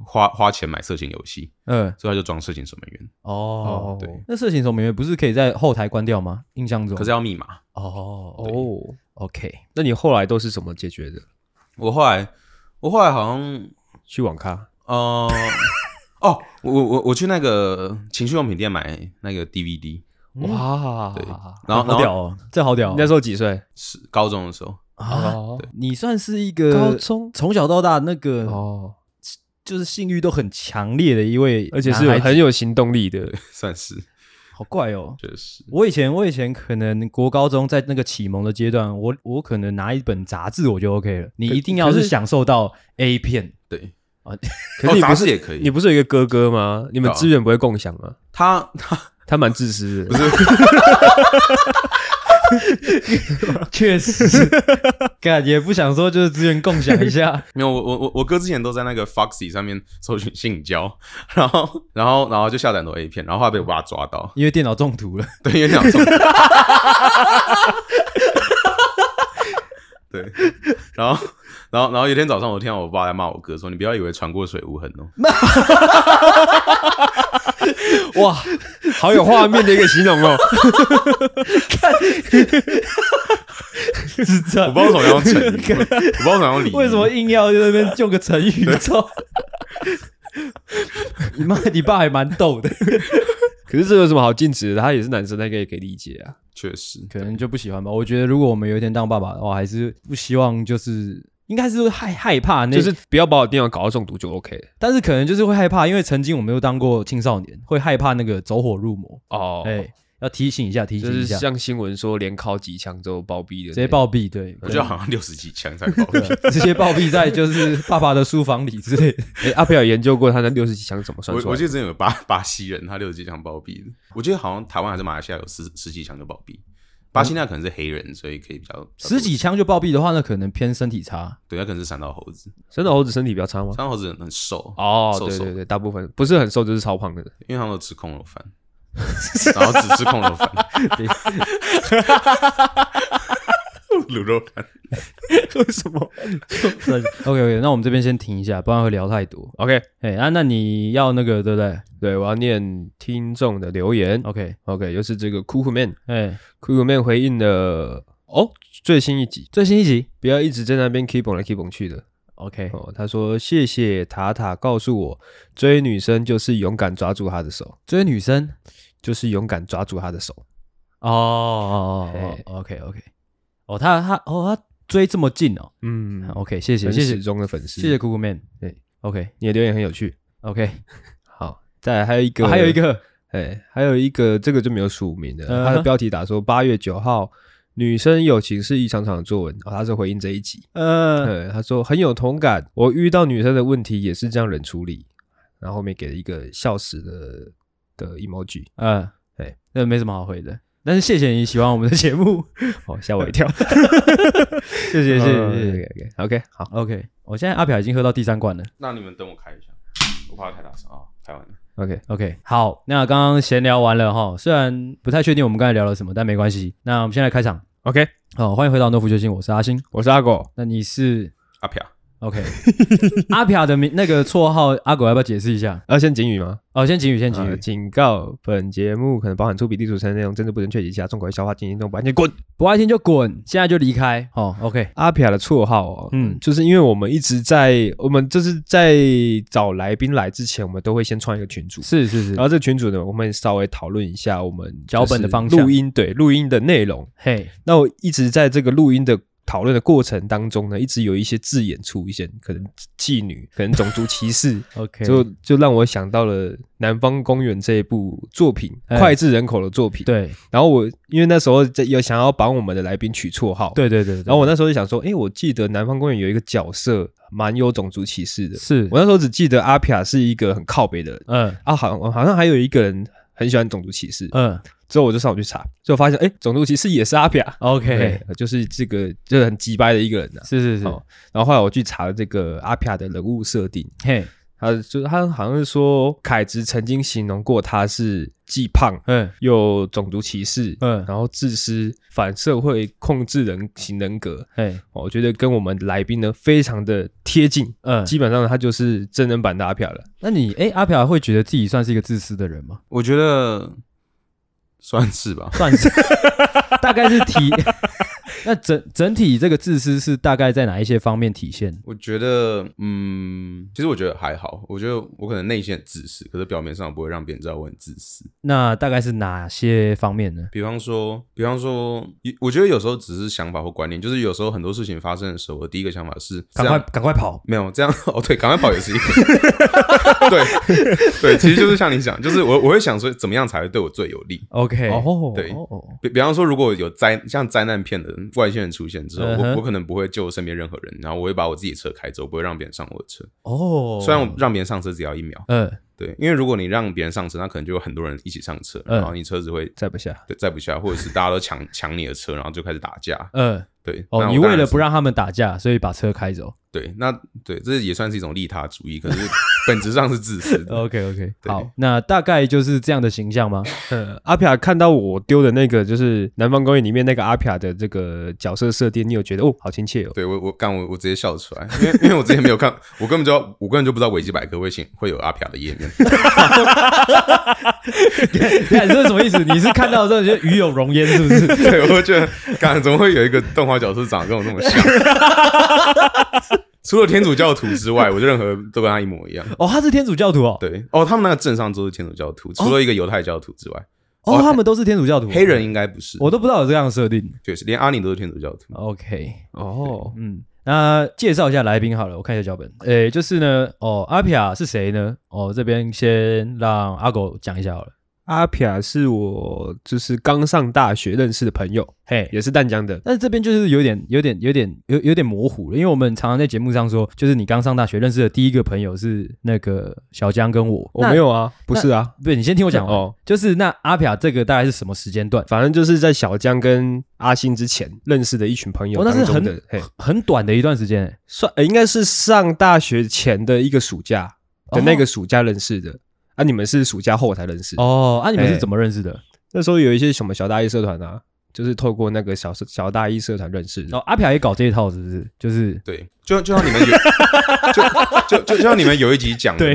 Speaker 2: 花花钱买色情游戏，
Speaker 1: 嗯，
Speaker 2: 所以她就装色情守门
Speaker 3: 嗯
Speaker 2: 员，
Speaker 1: 哦，
Speaker 2: 对。
Speaker 1: 那色情守门员不是可以在后台关掉吗？印象中
Speaker 2: 可是要密码。
Speaker 1: 哦哦
Speaker 3: 哦，
Speaker 1: ，OK，
Speaker 3: 那你后来都是怎么解决的？
Speaker 2: 我后来我后来好像
Speaker 3: 去网咖？
Speaker 2: 呃哦，我我我我去那个情趣用品店买那个 DVD，
Speaker 3: 嗯哇，
Speaker 2: 对然
Speaker 1: 哦嗯
Speaker 2: 后然
Speaker 1: 好屌
Speaker 2: 后
Speaker 1: 哦，这好屌
Speaker 3: 你
Speaker 1: 哦
Speaker 3: 那时候几岁？
Speaker 2: 是高中的时候，
Speaker 1: 啊！
Speaker 3: 哦
Speaker 1: 你算是一个
Speaker 3: 高中
Speaker 1: 从小到大那个
Speaker 3: 哦，
Speaker 1: 就是性欲都很强烈的一位，
Speaker 3: 而且是有很有行动力的。
Speaker 2: 算是
Speaker 1: 好怪哦。
Speaker 2: 确实
Speaker 1: 我以前我以前可能国高中在那个启蒙的阶段，我我可能拿一本杂志我就 OK 了，你一定要
Speaker 3: 可
Speaker 1: 是
Speaker 3: 是
Speaker 1: 享受到 A 片，
Speaker 2: 对。
Speaker 3: 可是你
Speaker 2: 哦、
Speaker 3: 不
Speaker 2: 杂志
Speaker 3: 是
Speaker 2: 也可以
Speaker 3: 你，不是有一个哥哥吗？你们
Speaker 2: 对啊
Speaker 3: 资源不会共享吗？
Speaker 2: 他他
Speaker 3: 他蛮自私的，不是？
Speaker 1: 确 实，干也不想说，就是资源共享一下。
Speaker 2: 没有，我我我我哥之前都在那个 Foxy 上面搜寻性交， 然后然后然后就下载很多 A 片，然后后来被我爸抓到，
Speaker 1: 因为电脑中毒了，
Speaker 2: 对，因为那种， 对，然后然后然后有一天早上，我听到我爸在骂我哥说：“你不要以为船过水无痕哦。
Speaker 1: 哇，好有画面的一个形容哦。看， 是这”
Speaker 2: 我不知道怎么用成 语，我不知道怎么用理喻，
Speaker 1: 为什么硬要在那边用个成语？操！ 你妈，你爸还蛮逗的，
Speaker 3: 可是这有什么好禁止的？他也是男生，他可以可以理解啊。
Speaker 2: 确实
Speaker 1: 可能就不喜欢吧。我觉得如果我们有一天当爸爸的话，还是不希望就是。应该是会害害怕那，
Speaker 3: 就是不要把我电脑搞到中毒就 OK 了。
Speaker 1: 但是可能就是会害怕，因为曾经我们又当过青少年，会害怕那个走火入魔。
Speaker 3: 哦
Speaker 1: 哎、要提醒一下，提
Speaker 3: 就
Speaker 1: 醒
Speaker 3: 是
Speaker 1: 一下，
Speaker 3: 像新闻说连考几枪之后暴毙的那，
Speaker 1: 直接暴毙，对，
Speaker 2: 我觉得好像六十几枪才暴 毙。
Speaker 1: 对直接暴毙在就是爸爸的书房里之类的。
Speaker 3: 诶。哎阿飘有研究过他那六十几枪怎么算
Speaker 2: 我
Speaker 3: 出
Speaker 2: 我
Speaker 3: 来
Speaker 2: 记
Speaker 3: 的？
Speaker 2: 得之前有巴巴西人，他六十几枪暴毙的。我记得好像台湾还是马来西亚有十十几枪就暴毙。巴西那可能是黑人，所以可以比较
Speaker 1: 十几枪就暴毙的话，那可能偏身体差。
Speaker 2: 对，他可能是三道猴子。
Speaker 3: 真的猴子身体比较差吗
Speaker 2: 三？道猴子很很瘦，
Speaker 3: 哦，
Speaker 2: 瘦
Speaker 3: 对
Speaker 2: 瘦
Speaker 3: 对对，大部分不是很瘦就是超胖的人。
Speaker 2: 因为他们都吃空肉饭，然后只吃空肉 饭，卤肉饭。
Speaker 3: 为什么
Speaker 1: OK OK，那我们哎这边先停一下，不然会聊太多。
Speaker 3: ？OK，
Speaker 1: 哎、啊，那你要那个对不对
Speaker 3: 对我要念听众的留言。
Speaker 1: ？OK，
Speaker 3: OK，又是这个酷酷 man，
Speaker 1: 哎、
Speaker 3: 酷酷 man 回应了哦，最新一集，
Speaker 1: 最新一集
Speaker 3: 不要一直在那边 keep on 来 keep on 去的。
Speaker 1: OK，
Speaker 3: 哦，他说谢谢塔塔告诉我，追女生就是勇敢抓住她的手，
Speaker 1: 追女生
Speaker 3: 就是勇敢抓住她的手。
Speaker 1: 哦哦
Speaker 3: 哎
Speaker 1: 哦哦，OK OK，哦，他他哦他追这么近哦、
Speaker 3: 嗯
Speaker 1: OK，谢谢
Speaker 3: 很
Speaker 1: 谢谢
Speaker 3: 始终的粉丝，
Speaker 1: 谢谢姑姑 man，
Speaker 3: 对
Speaker 1: ，OK
Speaker 3: 你的留言很有趣。
Speaker 1: OK，
Speaker 3: 好，再来还有一个，
Speaker 1: 哦还有一，个
Speaker 3: 哎，还有一个，这个就没有署名的，
Speaker 1: 嗯哼
Speaker 3: 他的标题打说八月九号，女生友情是一场场的作文，哦，他是回应这一集。
Speaker 1: 呃
Speaker 3: 呃，他说很有同感，我遇到女生的问题也是这样冷处理，然后后面给了一个笑死的的 emoji，
Speaker 1: 呃，
Speaker 3: 对，
Speaker 1: 那没什么好回的。但是谢谢你喜欢我们的节目，
Speaker 3: 哦， 吓我一跳，
Speaker 1: 谢 谢谢谢谢谢。
Speaker 3: 谢，OK，好，
Speaker 1: OK，我现在阿飘已经喝到第三罐了。
Speaker 2: 那你们等我开一下，我怕太大声啊，开完了。
Speaker 3: ，OK，
Speaker 1: OK，好，那刚刚闲聊完了哈，虽然不太确定我们刚才聊了什么，但没关系。那我们先来开场。
Speaker 3: OK，
Speaker 1: 好、欢迎回到诺夫救星，我是阿星。
Speaker 3: 我是阿狗，
Speaker 1: 那你是
Speaker 2: 阿飘，
Speaker 1: OK？阿飘的名那个绰号，阿狗要不要解释一下？
Speaker 3: 要先警语吗？
Speaker 1: 哦，先警语，先警
Speaker 3: 呃
Speaker 1: 语，
Speaker 3: 警告：本节目可能包含粗鄙、低俗、成人内容，政治不正确以及其他重口味笑话，进行中完全滚。
Speaker 1: 不爱听就滚，现在就离
Speaker 3: 嗯
Speaker 1: 开。哦，OK，
Speaker 3: 阿皮亚的绰号哦，
Speaker 1: 嗯
Speaker 3: 嗯，就是因为我们一直在，我们就是在找来宾来之前，我们都会先创一个群组，
Speaker 1: 是是是
Speaker 3: 然，后这个群组呢，我们稍微讨论一下我们
Speaker 1: 脚本的
Speaker 3: 就是
Speaker 1: 方向
Speaker 3: 录音对录音的内容。
Speaker 1: 嘿，
Speaker 3: 那我一直在这个录音的讨论的过程当中呢，一直有一些字眼出现，可能妓 女，可能种族歧视，
Speaker 1: OK，
Speaker 3: 就就让我想到了《南方公园》这一部作品，
Speaker 1: 哎
Speaker 3: 脍炙人口的作品。，
Speaker 1: 对
Speaker 3: 然后我因为那时候在有想要帮我们的来宾取绰号，，
Speaker 1: 对对对，
Speaker 3: 然后我那时候就想说，诶，我记得《南方公园》有一个角色蛮有种族歧视的，
Speaker 1: 是
Speaker 3: 我那时候只记得阿皮亚是一个很靠北的人
Speaker 1: 嗯
Speaker 3: 啊，好好像还有一个人很喜欢种族歧视，
Speaker 1: 嗯
Speaker 3: 之后我就上网去查，就发现诶，种族歧视也是阿皮 亚，
Speaker 1: ，OK，
Speaker 3: 对，就是这个就是很鸡掰的一个人啊。
Speaker 1: 是是是，
Speaker 3: 哦然后后来我去查了这个阿皮亚的人物设定，
Speaker 1: 嘿，
Speaker 3: 他就是他好像是说，凯子曾经形容过他是既胖
Speaker 1: 嗯
Speaker 3: 又种族歧视，
Speaker 1: 嗯
Speaker 3: 然后自私、反社会、控制人型人格。
Speaker 1: 嘿，
Speaker 3: 哦我觉得跟我们来宾呢非常的贴近，
Speaker 1: 嗯，
Speaker 3: 基本上他就是真人版的阿飘了。
Speaker 1: 那你哎，阿飘会觉得自己算是一个自私的人吗？
Speaker 2: 我觉得算是吧，
Speaker 1: 算 是，大概是体。 那整整体这个自私是大概在哪一些方面体现？
Speaker 2: 我觉得，嗯，其实我觉得还好，我觉得我可能内心很自私，可是表面上不会让别人知道我很自私。
Speaker 1: 那大概是哪些方面呢？
Speaker 2: 比方说，比方说，有我觉得有时候只是想法或观念，就是有时候很多事情发生的时候，我的第一个想法是啊这
Speaker 1: 赶
Speaker 2: 样
Speaker 1: 快赶快跑！
Speaker 2: 没有这样哦，对，赶快跑也是一个， 对对，其实就是像你讲，就是我我会想说，怎么样才会对我最有利。
Speaker 1: OK，
Speaker 3: 哦
Speaker 2: 对
Speaker 1: 哦
Speaker 2: 比比方说，如果有灾像灾难片的外星人出现之后，
Speaker 1: 嗯哼
Speaker 2: 我我可能不会救身边任何人，然后我会把我自己的车开走，不会让别人上我的车。
Speaker 1: 哦，
Speaker 2: 虽然我让别人上车只要一秒，
Speaker 1: 嗯
Speaker 2: 对，因为如果你让别人上车，那可能就有很多人一起上车，
Speaker 1: 嗯
Speaker 2: 然后你车子会
Speaker 3: 载不下。
Speaker 2: 对载不下，或者是大家都抢 抢你的车，然后就开始打架。
Speaker 1: 嗯，
Speaker 2: 对，那
Speaker 1: 哦，
Speaker 2: 我
Speaker 1: 你
Speaker 2: 当
Speaker 1: 为
Speaker 2: 然
Speaker 1: 了
Speaker 2: 是
Speaker 1: 不让他们打架，所以把车开走。
Speaker 2: 对，那对，这也算是一种利他主义，可是本质上是自私的。
Speaker 1: OK OK，
Speaker 2: 对
Speaker 1: 好，那大概就是这样的形象吗？
Speaker 3: 呃，阿皮亚看到我丢的那个就是《南方公园》里面那个阿皮亚的这个角色设定，你有觉得哦，好亲切哦？
Speaker 2: 对我我干我我直接笑出来，因为因为我之前没有看，我根本就我根本就不知道维基百科会写会有阿皮亚的页面。
Speaker 1: 看这是什么意思？ 你是看到这些鱼有容焉是不 是？
Speaker 2: 对，我就觉得，干怎么会有一个动画角色长得跟我那么像？ 除了天主教徒之外，我就任何都跟他一模一样。
Speaker 1: 哦，他是天主教徒哦，
Speaker 2: 对，哦，他们那个镇上都是天主教徒，除了一个犹太教徒之外，
Speaker 1: 哦，
Speaker 2: 哦
Speaker 1: 他们都是天主教徒，
Speaker 2: 黑人应该不是。
Speaker 1: 我都不知道有这样的设定。
Speaker 2: 确实，连阿宁都是天主教徒。
Speaker 1: OK，
Speaker 3: 哦，
Speaker 1: 嗯，那介绍一下来宾好了，我看一下脚本。诶，就是呢，哦，阿皮亚是谁呢？哦，这边先让阿狗讲一下好了。
Speaker 3: 阿皮亚是我就是刚上大学认识的朋友，
Speaker 1: 嘿，
Speaker 3: 也是淡江的。
Speaker 1: 但是这边就是有点、有点、有点、有有点模糊了，因为我们常常在节目上说，就是你刚上大学认识的第一个朋友是那个小江跟我，
Speaker 3: 我没，有啊，不是啊，
Speaker 1: 不是你先听我讲哦，
Speaker 3: 哦，
Speaker 1: 就是那阿皮亚这个大概是什么时间段？
Speaker 3: 反正就是在小江跟阿星之前认识的一群朋友
Speaker 1: 哦，那是
Speaker 3: 当中
Speaker 1: 很
Speaker 3: 的，嘿，
Speaker 1: 很短的一段时间、欸，
Speaker 3: 算呃应该是上大学前的一个暑假的那个暑假认识的。啊，你们是暑假后才认识？
Speaker 1: 哦，啊，你们是
Speaker 3: 哎
Speaker 1: 怎么认识的？
Speaker 3: 那时候有一些什么小大一社团啊，就是透过那个小社小大一社团认识的。
Speaker 1: 哦，阿皮亚也搞这一套，是不是？就是
Speaker 2: 对，就就像你们有，就就就就像你们有一 集讲的，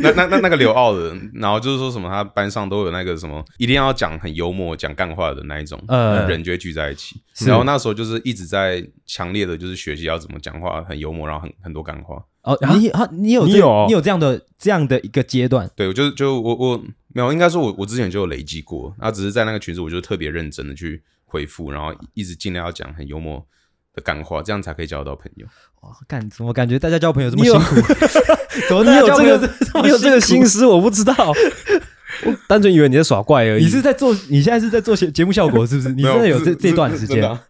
Speaker 2: 那那那那个刘傲的，然后就是说什么他班上都有那个什么，一定要讲很幽默、讲干话的那一种，
Speaker 1: 呃
Speaker 2: 人就会聚在一起。
Speaker 1: 是
Speaker 2: 然后那时候就是一直在强烈的就是学习要怎么讲话，很幽默，然后很很多干话。
Speaker 1: 哦，你啊，你有
Speaker 3: 你
Speaker 1: 这
Speaker 3: 有哦
Speaker 1: 你有这样的这样的一个阶段，
Speaker 2: 对，我就就我我没有，应该说我我之前就有累积过，那只是在那个群组，我就特别认真的去回复，然后一直尽量要讲很幽默的干话，这样才可以交到朋友。
Speaker 1: 哇，干怎么感觉大家交朋友这么
Speaker 3: 你
Speaker 1: 辛
Speaker 3: 有
Speaker 1: 苦？怎么
Speaker 3: 你
Speaker 1: 大家
Speaker 3: 有
Speaker 1: 交朋友
Speaker 3: 这个
Speaker 1: 么
Speaker 3: 你有这个
Speaker 1: 辛苦
Speaker 3: 心思，我不 知道，我单纯以为你在耍怪而已。
Speaker 1: 你是在做，你现在是在做节节目效果是不是？你
Speaker 2: 没
Speaker 1: 真的有
Speaker 2: 不
Speaker 1: 这
Speaker 2: 是
Speaker 1: 这段时
Speaker 2: 真
Speaker 1: 间
Speaker 2: 的？啊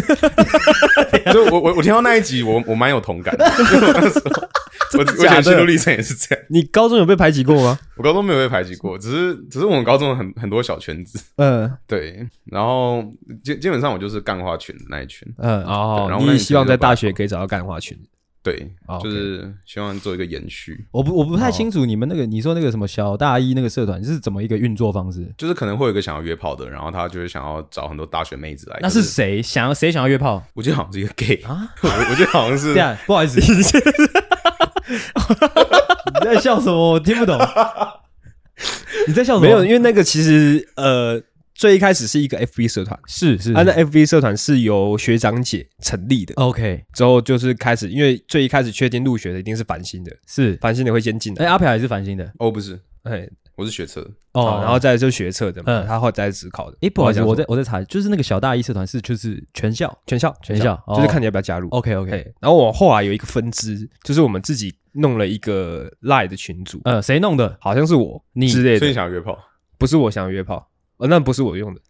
Speaker 2: 对 就我我我听到那一集，我我蛮有同感的。 因为我那时候我
Speaker 3: 真的
Speaker 2: 我
Speaker 3: 假
Speaker 2: 讲
Speaker 3: 的
Speaker 2: 心路历程也是这样，
Speaker 3: 你高中有被排挤过吗？
Speaker 2: 我高中没有被排挤过，只是只是我们高中很很多小圈子，
Speaker 1: 嗯
Speaker 2: 对，然后基基本上我就是干花群的那一群，
Speaker 1: 嗯，
Speaker 3: 哦
Speaker 2: 对然后那你觉
Speaker 3: 你也
Speaker 2: 得
Speaker 3: 希望在
Speaker 2: 不太
Speaker 3: 大
Speaker 2: 好
Speaker 3: 学可以找到干话群
Speaker 2: 对
Speaker 3: 哦，，OK
Speaker 2: 就是希望做一个延续，
Speaker 1: 我不我不太清楚你们那个你说那个什么小大一那个社团是怎么一个运作方式？
Speaker 2: 就是可能会有一个想要约炮的，然后他就是想要找很多大学妹子来，
Speaker 1: 那
Speaker 2: 可
Speaker 1: 是谁想要谁想要约炮
Speaker 2: 我记得好像是一个 gay，
Speaker 1: 啊？
Speaker 2: 我我记得好像是
Speaker 1: 对啊，不好意思，你 在笑什么？我听不懂。你在笑什么？
Speaker 3: 没有？因为那个其实呃，最一开始是一个 FB 社团，
Speaker 1: 是是
Speaker 3: 啊，那 FB 社团是由学长姐成立的，
Speaker 1: OK
Speaker 3: 之后就是开始，因为最一开始确定入学的一定是繁星的，
Speaker 1: 是。
Speaker 3: 繁星的会先进
Speaker 1: 哎，
Speaker 3: 来，
Speaker 1: 阿飘也是繁星的
Speaker 2: 哦，不是，
Speaker 3: 哎，
Speaker 2: 我是学车的，
Speaker 1: 哦
Speaker 3: 哦，，然后再来就学测的嘛，
Speaker 1: 嗯
Speaker 3: 他后来再职考的。
Speaker 1: 诶，不好意思，
Speaker 3: 然后
Speaker 1: 我在
Speaker 3: 这样说
Speaker 1: 我在查，就是那个小大一社团是就是全校
Speaker 3: 全校
Speaker 1: 全校
Speaker 3: 就是
Speaker 1: 哦
Speaker 3: 看你要不要加入。
Speaker 1: ，OK
Speaker 3: 嘿
Speaker 1: OK，
Speaker 3: 然后我后来有一个分支，就是我们自己弄了一个 Line 的群组，
Speaker 1: 呃，谁弄 的？
Speaker 3: 好像是我
Speaker 1: 你
Speaker 3: 之
Speaker 2: 嗯
Speaker 3: 类
Speaker 2: 所以你
Speaker 3: 的，
Speaker 2: 想要约炮，
Speaker 3: 不是我想约炮，呃，那不是我用的。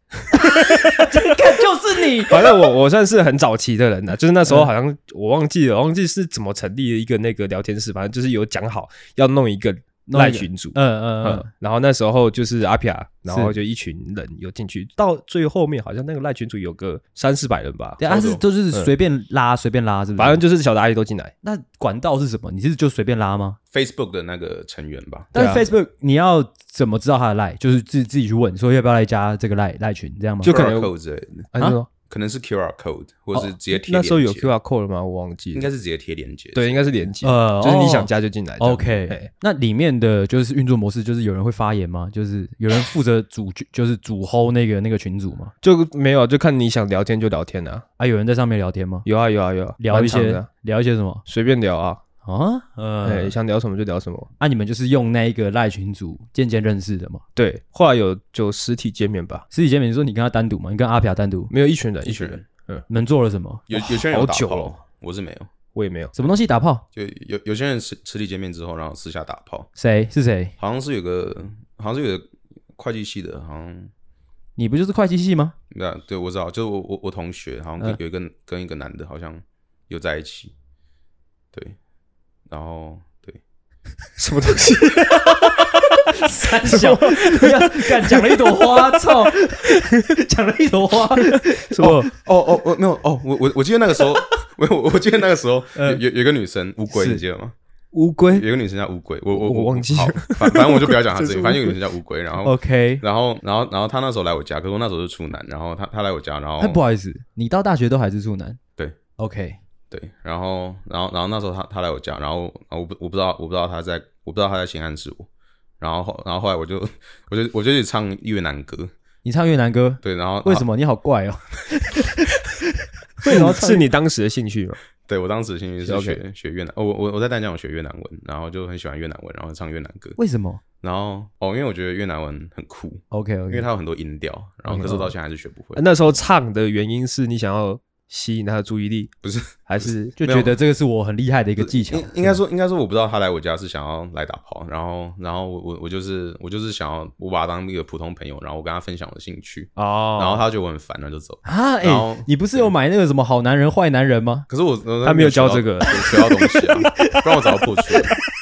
Speaker 1: 就是 你。
Speaker 3: 反正我我算是很早期的人了，啊就是那时
Speaker 2: 嗯
Speaker 3: 候好像我忘记了，我忘记是怎么成立的一个那个聊天室，反正就是有讲好要弄一个
Speaker 1: 弄一个
Speaker 3: 赖群组。
Speaker 1: 嗯嗯
Speaker 3: 嗯
Speaker 1: 嗯，，
Speaker 3: 然后那时候就是阿皮亚，然后
Speaker 1: 是
Speaker 3: 就一群人有进去，到最后面好像那个赖群组有个三四百人吧，
Speaker 1: 对，啊他
Speaker 2: 差
Speaker 1: 是
Speaker 2: 不
Speaker 1: 都是随便拉随便拉，是不是？
Speaker 3: 反正就是小大一都进来，
Speaker 1: 那管道是什么？你是就随便拉吗？
Speaker 2: Facebook 的那个成员吧，
Speaker 1: 但
Speaker 3: 对
Speaker 1: 是
Speaker 3: 啊
Speaker 1: Facebook 你要怎么知道他的赖？就是自自己去问，说要不要来加这个赖赖群，这样吗？
Speaker 3: 就可能
Speaker 2: QR code 之类的，
Speaker 3: 啊，你说
Speaker 2: 可能是 QR code，或者是直接贴、
Speaker 3: 那时候有
Speaker 2: 接，
Speaker 3: QR code 了吗？我忘记
Speaker 2: 应
Speaker 3: 了，
Speaker 2: 该是直接贴链接。
Speaker 3: 对，，应该是连接，
Speaker 1: 呃
Speaker 3: 就是你
Speaker 1: 哦
Speaker 3: 想加就进来这样。
Speaker 1: OK，
Speaker 3: 嘿
Speaker 1: 那里面的就是运作模式，就是有人会发言吗？就是有人负责主， 就是主 hold 那个那个群组吗？
Speaker 3: 就没有，就看你想聊天就聊天啊，
Speaker 1: 啊，有人在上面聊天吗？
Speaker 3: 有啊有啊有啊，
Speaker 1: 聊一
Speaker 3: 蛮长的
Speaker 1: 些
Speaker 3: 啊
Speaker 1: 聊一些什么
Speaker 3: 随便聊啊，
Speaker 1: 啊？
Speaker 3: 哎，
Speaker 1: 呃，
Speaker 3: 想聊什么就聊什么。
Speaker 1: 啊，你们就是用那一个赖群组渐渐认识的嘛？
Speaker 3: 对，后来有就实体见面吧，
Speaker 1: 实体见面，你说你跟他单独吗？你跟阿飘单独，
Speaker 3: 没有一群人，
Speaker 2: 一群人，
Speaker 1: 你们做了什么？
Speaker 2: 有有些人有打
Speaker 3: 好久
Speaker 2: 炮，
Speaker 3: 哦
Speaker 2: 我是没有。
Speaker 3: 我也没有。
Speaker 1: 什么东西打炮？
Speaker 2: 就有有些人实实体见面之后，然后私下打炮，
Speaker 1: 谁是谁？
Speaker 2: 好像是有个，好像是有个会计系的，好像
Speaker 1: 你不就是会计系吗？
Speaker 2: 那对我知道，就是我我我同学好像跟、
Speaker 1: 嗯
Speaker 2: 有一个跟一个男的好像有在一起，对，然后对，
Speaker 3: 什么东西？
Speaker 1: 三 小，干讲了一朵花，操， 讲了一朵花，
Speaker 3: 什么？
Speaker 2: 哦哦，我没有哦，我我我记得那个时候，我我我记得那个时 候有
Speaker 1: 嗯
Speaker 2: 有有一个女生乌龟，
Speaker 1: 是
Speaker 2: 你记得吗？
Speaker 3: 乌龟
Speaker 2: 有一个女生叫乌龟，我我
Speaker 3: 我忘记了
Speaker 2: 好反反正我就不要 讲她自
Speaker 3: 这
Speaker 2: 己，
Speaker 3: 是
Speaker 2: 反正有个女生叫乌龟，然后
Speaker 1: OK，
Speaker 2: 然后然后然后她那时候来我家，可是我那时候是处男，然后她她来我家，然后
Speaker 1: 哎，不好意思，你到大学都还是处男？
Speaker 2: 哦对
Speaker 1: ，OK，
Speaker 2: 对，然后，然后，然后那时候他他来我家，然后然后我不我不知道我不知道他在我不知道他在先暗示我，然后后然后后来我就我就我就去唱越南歌，
Speaker 1: 你唱越南歌，
Speaker 2: 对，然后
Speaker 1: 为什
Speaker 2: 么？
Speaker 1: 么你好怪 哦？
Speaker 3: 为什么 是你当时的兴趣吗？
Speaker 2: 对我当时兴趣是
Speaker 3: OK
Speaker 2: 学学越南，哦，我我我在淡江有学越南文，然后就很喜欢越南文，然后唱越南歌，
Speaker 1: 为什么
Speaker 2: 然后哦，因为我觉得越南文很酷，
Speaker 1: ？OK
Speaker 2: 因为
Speaker 1: OK，
Speaker 2: 它有很多音调，然后可是我到现在还是学不会，
Speaker 3: 啊那时候唱的原因是你想要吸引他的注意力，
Speaker 2: 不是
Speaker 3: 还是
Speaker 1: 就觉得这个是我很厉害的一个技巧
Speaker 2: 应。应该说应该说我不知道他来我家是想要来打炮，然后然后我我我就是我就是想要我把他当一个普通朋友，然后我跟他分享我的兴趣，
Speaker 3: 哦，
Speaker 2: 然后他觉得我很烦，然后就走。
Speaker 1: 啊，哎、
Speaker 2: 然后
Speaker 1: 你不是有买那个什么好男人、坏男人吗？
Speaker 2: 可是我我
Speaker 3: 他没有
Speaker 2: 学到
Speaker 3: 教这个
Speaker 2: 我学到东西啊，不然我早就破处了。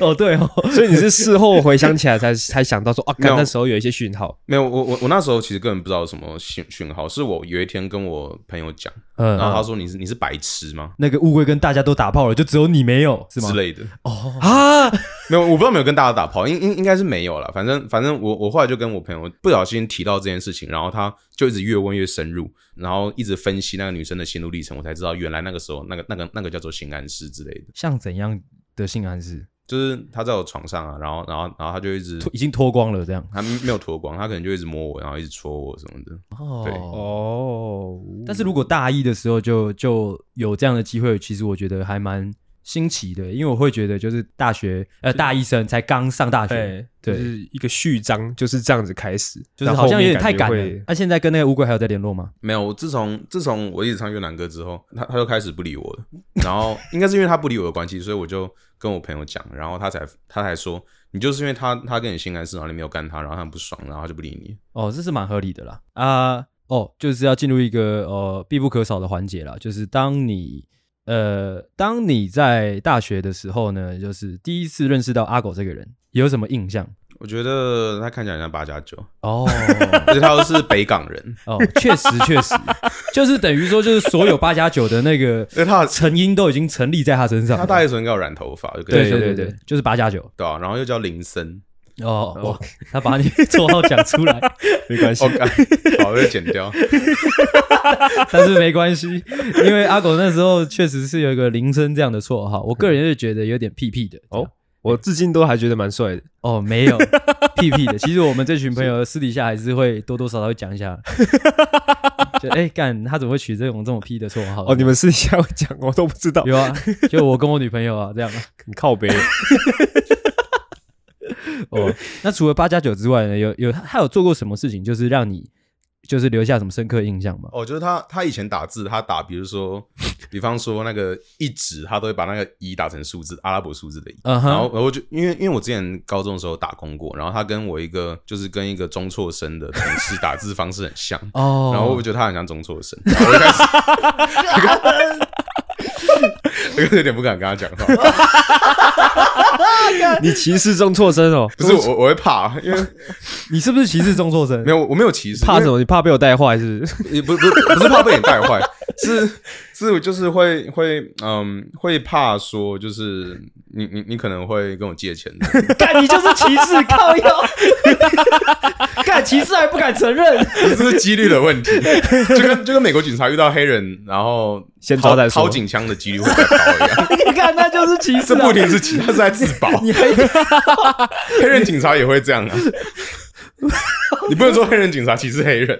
Speaker 1: 哦，对哦，
Speaker 2: 嗯
Speaker 3: 所以你是事后回想起来才 才想到说啊，
Speaker 2: 没
Speaker 3: 干
Speaker 2: 有
Speaker 3: 那时候有一些讯号，
Speaker 2: 没有，我我我那时候其实根本不知道有什么讯讯号，是我有一天跟我朋友讲，
Speaker 1: 嗯，
Speaker 2: 然后他说你是你是白痴吗？
Speaker 1: 那个乌龟跟大家都打炮了，就只有你没有，是吗
Speaker 2: 之？类的
Speaker 1: 哦，
Speaker 3: 啊，
Speaker 2: 没有，我不知道有没有跟大家打炮，应应应该是没有啦。反正反正我我后来就跟我朋友不小心提到这件事情，然后他就一直越问越深入，然后一直分析那个女生的心路历程，我才知道原来那个时候那个那个那个叫做性暗示之类的，
Speaker 1: 像怎样的性暗示？
Speaker 2: 就是他在我床上啊，然后然后然后他就一直
Speaker 1: 脱已经脱光了这样。
Speaker 2: 他没有脱光，他可能就一直摸我，然后一直戳我什么的。对
Speaker 1: 哦，
Speaker 3: 哦，
Speaker 1: 但是如果大一的时候就就有这样的机会，其实我觉得还蛮新奇的，因为我会觉得就是大学呃大一生才刚上大学，
Speaker 3: 对，哎就
Speaker 1: 对
Speaker 3: 是一个序章就是这样子开始，
Speaker 1: 就是
Speaker 3: 那
Speaker 1: 好
Speaker 3: 后
Speaker 1: 像有
Speaker 3: 面
Speaker 1: 点太
Speaker 3: 感
Speaker 1: 赶
Speaker 3: 觉
Speaker 1: 了
Speaker 3: 会。
Speaker 1: 那、现在跟那个乌龟还有在联络吗？
Speaker 2: 没有，我自从自从我一直唱越南歌之后，他他就开始不理我了。然后 应该是因为他不理我的关系，所以我就跟我朋友讲，然后他才他才说，你就是因为他他跟你性暗示，然后你没有干他，然后他很不爽，然后他就不理你。
Speaker 1: 哦，这是蛮合理的啦。啊、哦，就是要进入一个呃必不可少的环节啦，就是当你呃当你在大学的时候呢，就是第一次认识到阿狗这个人，有什么印象？
Speaker 2: 我觉得他看起来很像八加九，
Speaker 1: 哦
Speaker 2: 而且他又是北港人，
Speaker 1: 哦，确实确实，就是等于说，就是所有八加九的那 个
Speaker 2: 因为他
Speaker 1: 成因都已经成立在他身上
Speaker 2: 他
Speaker 1: 了。
Speaker 2: 大一时候应该有染头发，就
Speaker 1: 啊
Speaker 2: 跟
Speaker 1: 对
Speaker 2: 你
Speaker 1: 对对
Speaker 3: 对
Speaker 1: 对，就是八加九。
Speaker 2: 对啊，然后又叫林森，
Speaker 1: 哦，哇，他把你 绰号讲出来，
Speaker 3: 没关 系
Speaker 2: 哦，，干 好，我就剪掉。
Speaker 1: 但是没关系，因为阿狗那时候确实是有一个铃声这样的绰号，我个人是觉得有点屁屁的。哦
Speaker 3: 哦我至今都还觉得蛮帅的。
Speaker 1: 哦，没有屁屁的。其实我们这群朋友私底下还是会多多少少会讲一下，就哎干、他怎么会取这种这种屁的绰号？
Speaker 3: 哦，你们私底下会讲，我都不知道。
Speaker 1: 有啊？就我跟我女朋友啊这样啊。
Speaker 3: 你靠背，
Speaker 1: 哦，那除了八加九之外呢，有有他有做过什么事情，就是让你就是留下什么深刻印象吗？
Speaker 2: 哦，就是他，他以前打字，他打，比如说，比方说那个一指，他都会把那个一打成数字，阿拉伯数字的一。
Speaker 1: 嗯
Speaker 2: 然后，
Speaker 1: 哼，
Speaker 2: 然后就因为因为我之前高中的时候打工过，然后他跟我一个就是跟一个中辍生的同事打字方式很像，
Speaker 1: 哦，
Speaker 2: 然后我觉得他很像中辍生，然后我一开 始 我有点不敢跟他讲话，
Speaker 3: 你歧视中错生哦？
Speaker 2: 不是我我会怕，因为
Speaker 1: 你是不是歧视中辍生？
Speaker 2: 没有我没有歧视，
Speaker 3: 怕
Speaker 2: 因为
Speaker 3: 什么？你怕被我带坏是不是？
Speaker 2: 也不不不是怕被你带坏，是是我就是会会嗯会怕说就是你你你可能会跟我借钱的，
Speaker 1: 干你就是歧视，靠腰， 干歧视还不敢承认。
Speaker 2: 这是几率的问题，就跟就跟美国警察遇到黑人然后
Speaker 3: 先
Speaker 2: 掏
Speaker 3: 抓再说
Speaker 2: 掏警枪的几率会比较高一样，
Speaker 1: 你看，那就是歧视、
Speaker 2: 这
Speaker 1: 啊。
Speaker 2: 不一定是其他是在自保，
Speaker 1: 你还
Speaker 2: 黑人警察也会 这样啊。你不能说黑人警察歧视黑人，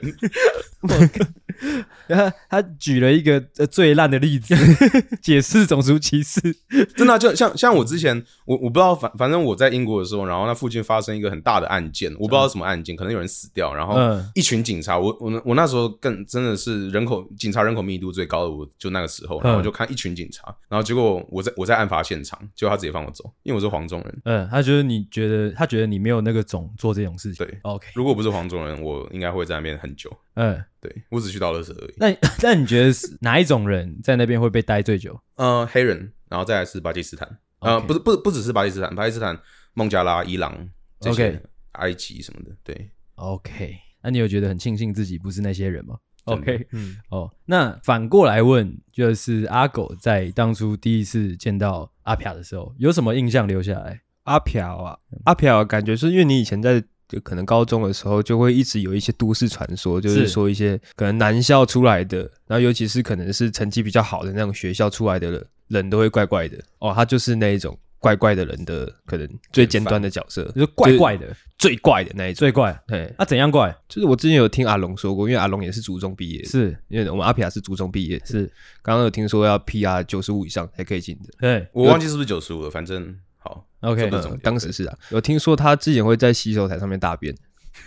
Speaker 1: 他他举了一个呃最烂的例子， 解释种族歧视。
Speaker 2: 真的啊、就像像我之前，我我不知道，反反正我在英国的时候，然后那附近发生一个很大的案件，我不知道什么案件，可能有人死掉，然后
Speaker 1: 嗯
Speaker 2: 一群警察，我我那我那时候更真的是人口警察人口密度最高的，我就那个时候，
Speaker 1: 嗯
Speaker 2: 然后我就看一群警察，然后结果我在我在案发现场，结果他直接放我走，因为我是黄种人，
Speaker 1: 嗯，他觉得你觉得他觉得你没有那个种做这种事情。
Speaker 2: 对
Speaker 1: ，OK，
Speaker 2: 如果不是黄种人，我应该会在那边很久，
Speaker 1: 嗯，
Speaker 2: 对我只去到了这而已，
Speaker 1: 那那你觉得是哪一种人在那边会被待最久？
Speaker 2: 呃，黑人，然后再来是巴基斯坦，呃
Speaker 1: OK
Speaker 2: 不是不不只是巴基斯坦，巴基斯坦、孟加拉、伊朗、这些
Speaker 1: OK
Speaker 2: 埃及什么的，对，
Speaker 1: OK，那你有觉得很庆幸自己不是那些人吗
Speaker 2: 真的
Speaker 1: ？OK，
Speaker 3: 嗯，
Speaker 1: 哦，那反过来问，就是阿狗在当初第一次见到阿飘的时候，有什么印象留下来？
Speaker 3: 阿飘啊，
Speaker 1: 嗯
Speaker 3: 阿飘，感觉是因为你以前在就可能高中的时候，就会一直有一些都市传说，就是
Speaker 1: 是
Speaker 3: 说一些可能男校出来的，然后尤其是可能是成绩比较好的那种学校出来的人，人都会怪怪的哦，他就是那一种怪怪的人的可能最尖端的角色，
Speaker 1: 就是怪怪的，
Speaker 3: 最怪的那一种。
Speaker 1: 最怪。
Speaker 3: 对，
Speaker 1: 啊，怎样怪？
Speaker 3: 就是我之前有听阿龙说过，因为阿龙也是初中毕业的，
Speaker 1: 是
Speaker 3: 因为我们阿皮亚是初中毕业的，
Speaker 1: 是，
Speaker 3: 刚刚有听说要 PR 九十五以上才可以进的。
Speaker 1: 对
Speaker 2: 我忘记是不是九十五了，反正好，
Speaker 1: ，OK，
Speaker 2: 这种
Speaker 3: 嗯，当时是啊，有听说他之前会在洗手台上面大便，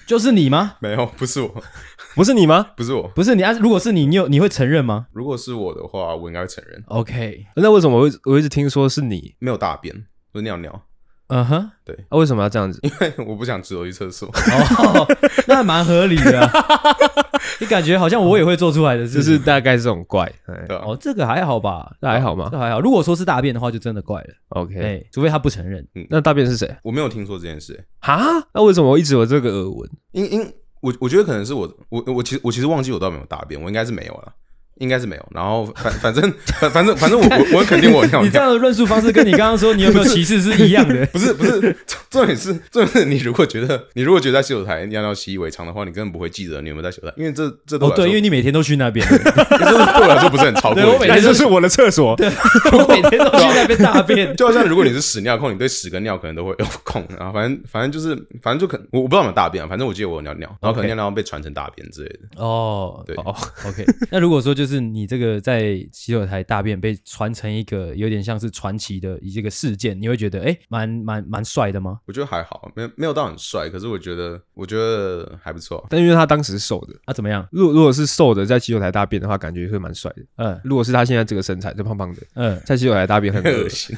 Speaker 1: 就是你吗？
Speaker 2: 没有，不是我，
Speaker 3: 不是你吗？
Speaker 2: 不是我。
Speaker 1: 不是你啊？如果是你，你有你会承认吗
Speaker 2: 如果是我的话，我应该会承认，
Speaker 1: ？OK，
Speaker 3: 那为什么我一直我一直听说是你？
Speaker 2: 没有大便，我尿尿，
Speaker 1: 嗯哼，
Speaker 3: 啊、为什么要这 样子？
Speaker 2: 我不想只有去厕 所。
Speaker 1: 哦， 那还蛮合理的啊。你感觉好像我也会做出来的事，
Speaker 3: 就是大概这种怪。哎
Speaker 2: 对啊
Speaker 1: 哦，这个还好吧？
Speaker 3: 那还好吗
Speaker 1: 这还好。如果说是大便的话，就真的怪了。
Speaker 3: ？OK，、
Speaker 1: 哎，除非他不承认。
Speaker 3: 那大便是谁？
Speaker 2: 我没有听说这件事、欸
Speaker 3: 哈？那为什么我一直有这个耳闻？
Speaker 2: 因因我我觉得可能是我我我其实我其实忘记我到底有没有大便，我应该是没有了，应该是没有。然后反反正 反反正反正我 我我肯定我有尿
Speaker 1: 你这
Speaker 2: 尿，
Speaker 1: 样的论述方式跟你刚刚说你有没有歧视是一样的。
Speaker 2: 不是不是，重重点是重点是你如果觉得你如果觉得在洗手台尿尿习以为常的话，你根本不会记得你有没有在洗手台，因为这这
Speaker 1: 哦
Speaker 2: 对我，来说
Speaker 1: 对，因为你每天都去那边，
Speaker 2: 这对我来说不是很超过
Speaker 1: 对
Speaker 2: 的
Speaker 1: 我
Speaker 2: 一件事。
Speaker 1: 每天都
Speaker 3: 是我的厕所。
Speaker 1: 我每天都去那边大便。
Speaker 2: 就好像如果你是屎尿控，你对屎跟尿可能都会有控啊。然后反正反正就是反正就可能我我不知道有没有大便、啊，反正我记得我有尿尿，然后可能
Speaker 1: OK
Speaker 2: 尿尿被传成大便之类的。
Speaker 1: 哦，
Speaker 2: 对
Speaker 1: 哦，OK。那如果说就是你这个在洗手台大便被传成一个有点像是传奇的一这个事件，你会觉得哎，蛮蛮蛮帅的吗？
Speaker 2: 我觉得还好，没有没有到很帅，可是我觉得我觉得还不错。
Speaker 3: 但因为他当时是瘦的，
Speaker 1: 啊，怎么样？
Speaker 3: 如果如果是瘦的在洗手台大便的话，感觉会蛮帅的。
Speaker 1: 嗯
Speaker 3: 如果是他现在这个身材，就胖胖的，
Speaker 1: 嗯，
Speaker 3: 在洗手台大便很恶
Speaker 2: 恶
Speaker 3: 心。
Speaker 2: 心，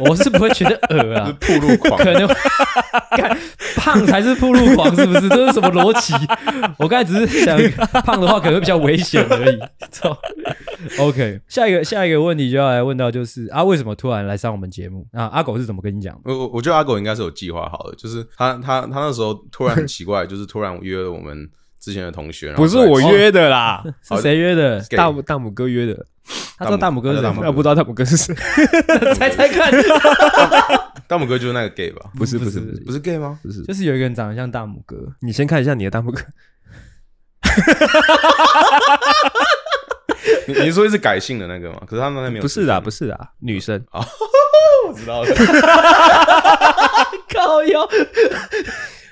Speaker 1: 我是不会觉得恶
Speaker 2: 就是
Speaker 1: 啊。
Speaker 2: 铺路狂，
Speaker 1: 可能干胖才是铺路狂，是不是？这是什么逻辑？ 我刚才只是想，胖的话可能会比较危险而已。 操，OK，下一个下一个问题就要来问到就是啊，为什么突然来上我们节目？啊，阿狗是怎么跟你讲的？
Speaker 2: 我我我觉得阿狗应该是有计划好的，就是他他他那时候 突然很奇怪，就是突然约了我们之前的同学，然后
Speaker 3: 不是
Speaker 2: 出来
Speaker 3: 我
Speaker 2: 吃
Speaker 3: 约的 啦，
Speaker 1: 是谁约的？
Speaker 2: 给
Speaker 3: 大拇大拇哥约的。
Speaker 1: 他知道大拇哥是谁
Speaker 2: 大拇
Speaker 1: 吗
Speaker 2: 哥？
Speaker 3: 那不知道大拇哥是 谁？
Speaker 1: 猜猜看，
Speaker 2: 大拇哥就是那个 gay 吧？
Speaker 3: 不是不是
Speaker 1: 啊不
Speaker 3: 不
Speaker 1: 是
Speaker 3: 是，
Speaker 2: 不是 gay 吗？
Speaker 1: 就是有一个人长得像大拇哥。
Speaker 3: 你先看一下你的大拇哥。
Speaker 2: 你你是说是改姓的那个吗？可是他们那边没有
Speaker 3: 不是的，不
Speaker 2: 是，
Speaker 3: 是的，女生。
Speaker 2: 我知道了。
Speaker 1: 靠腰，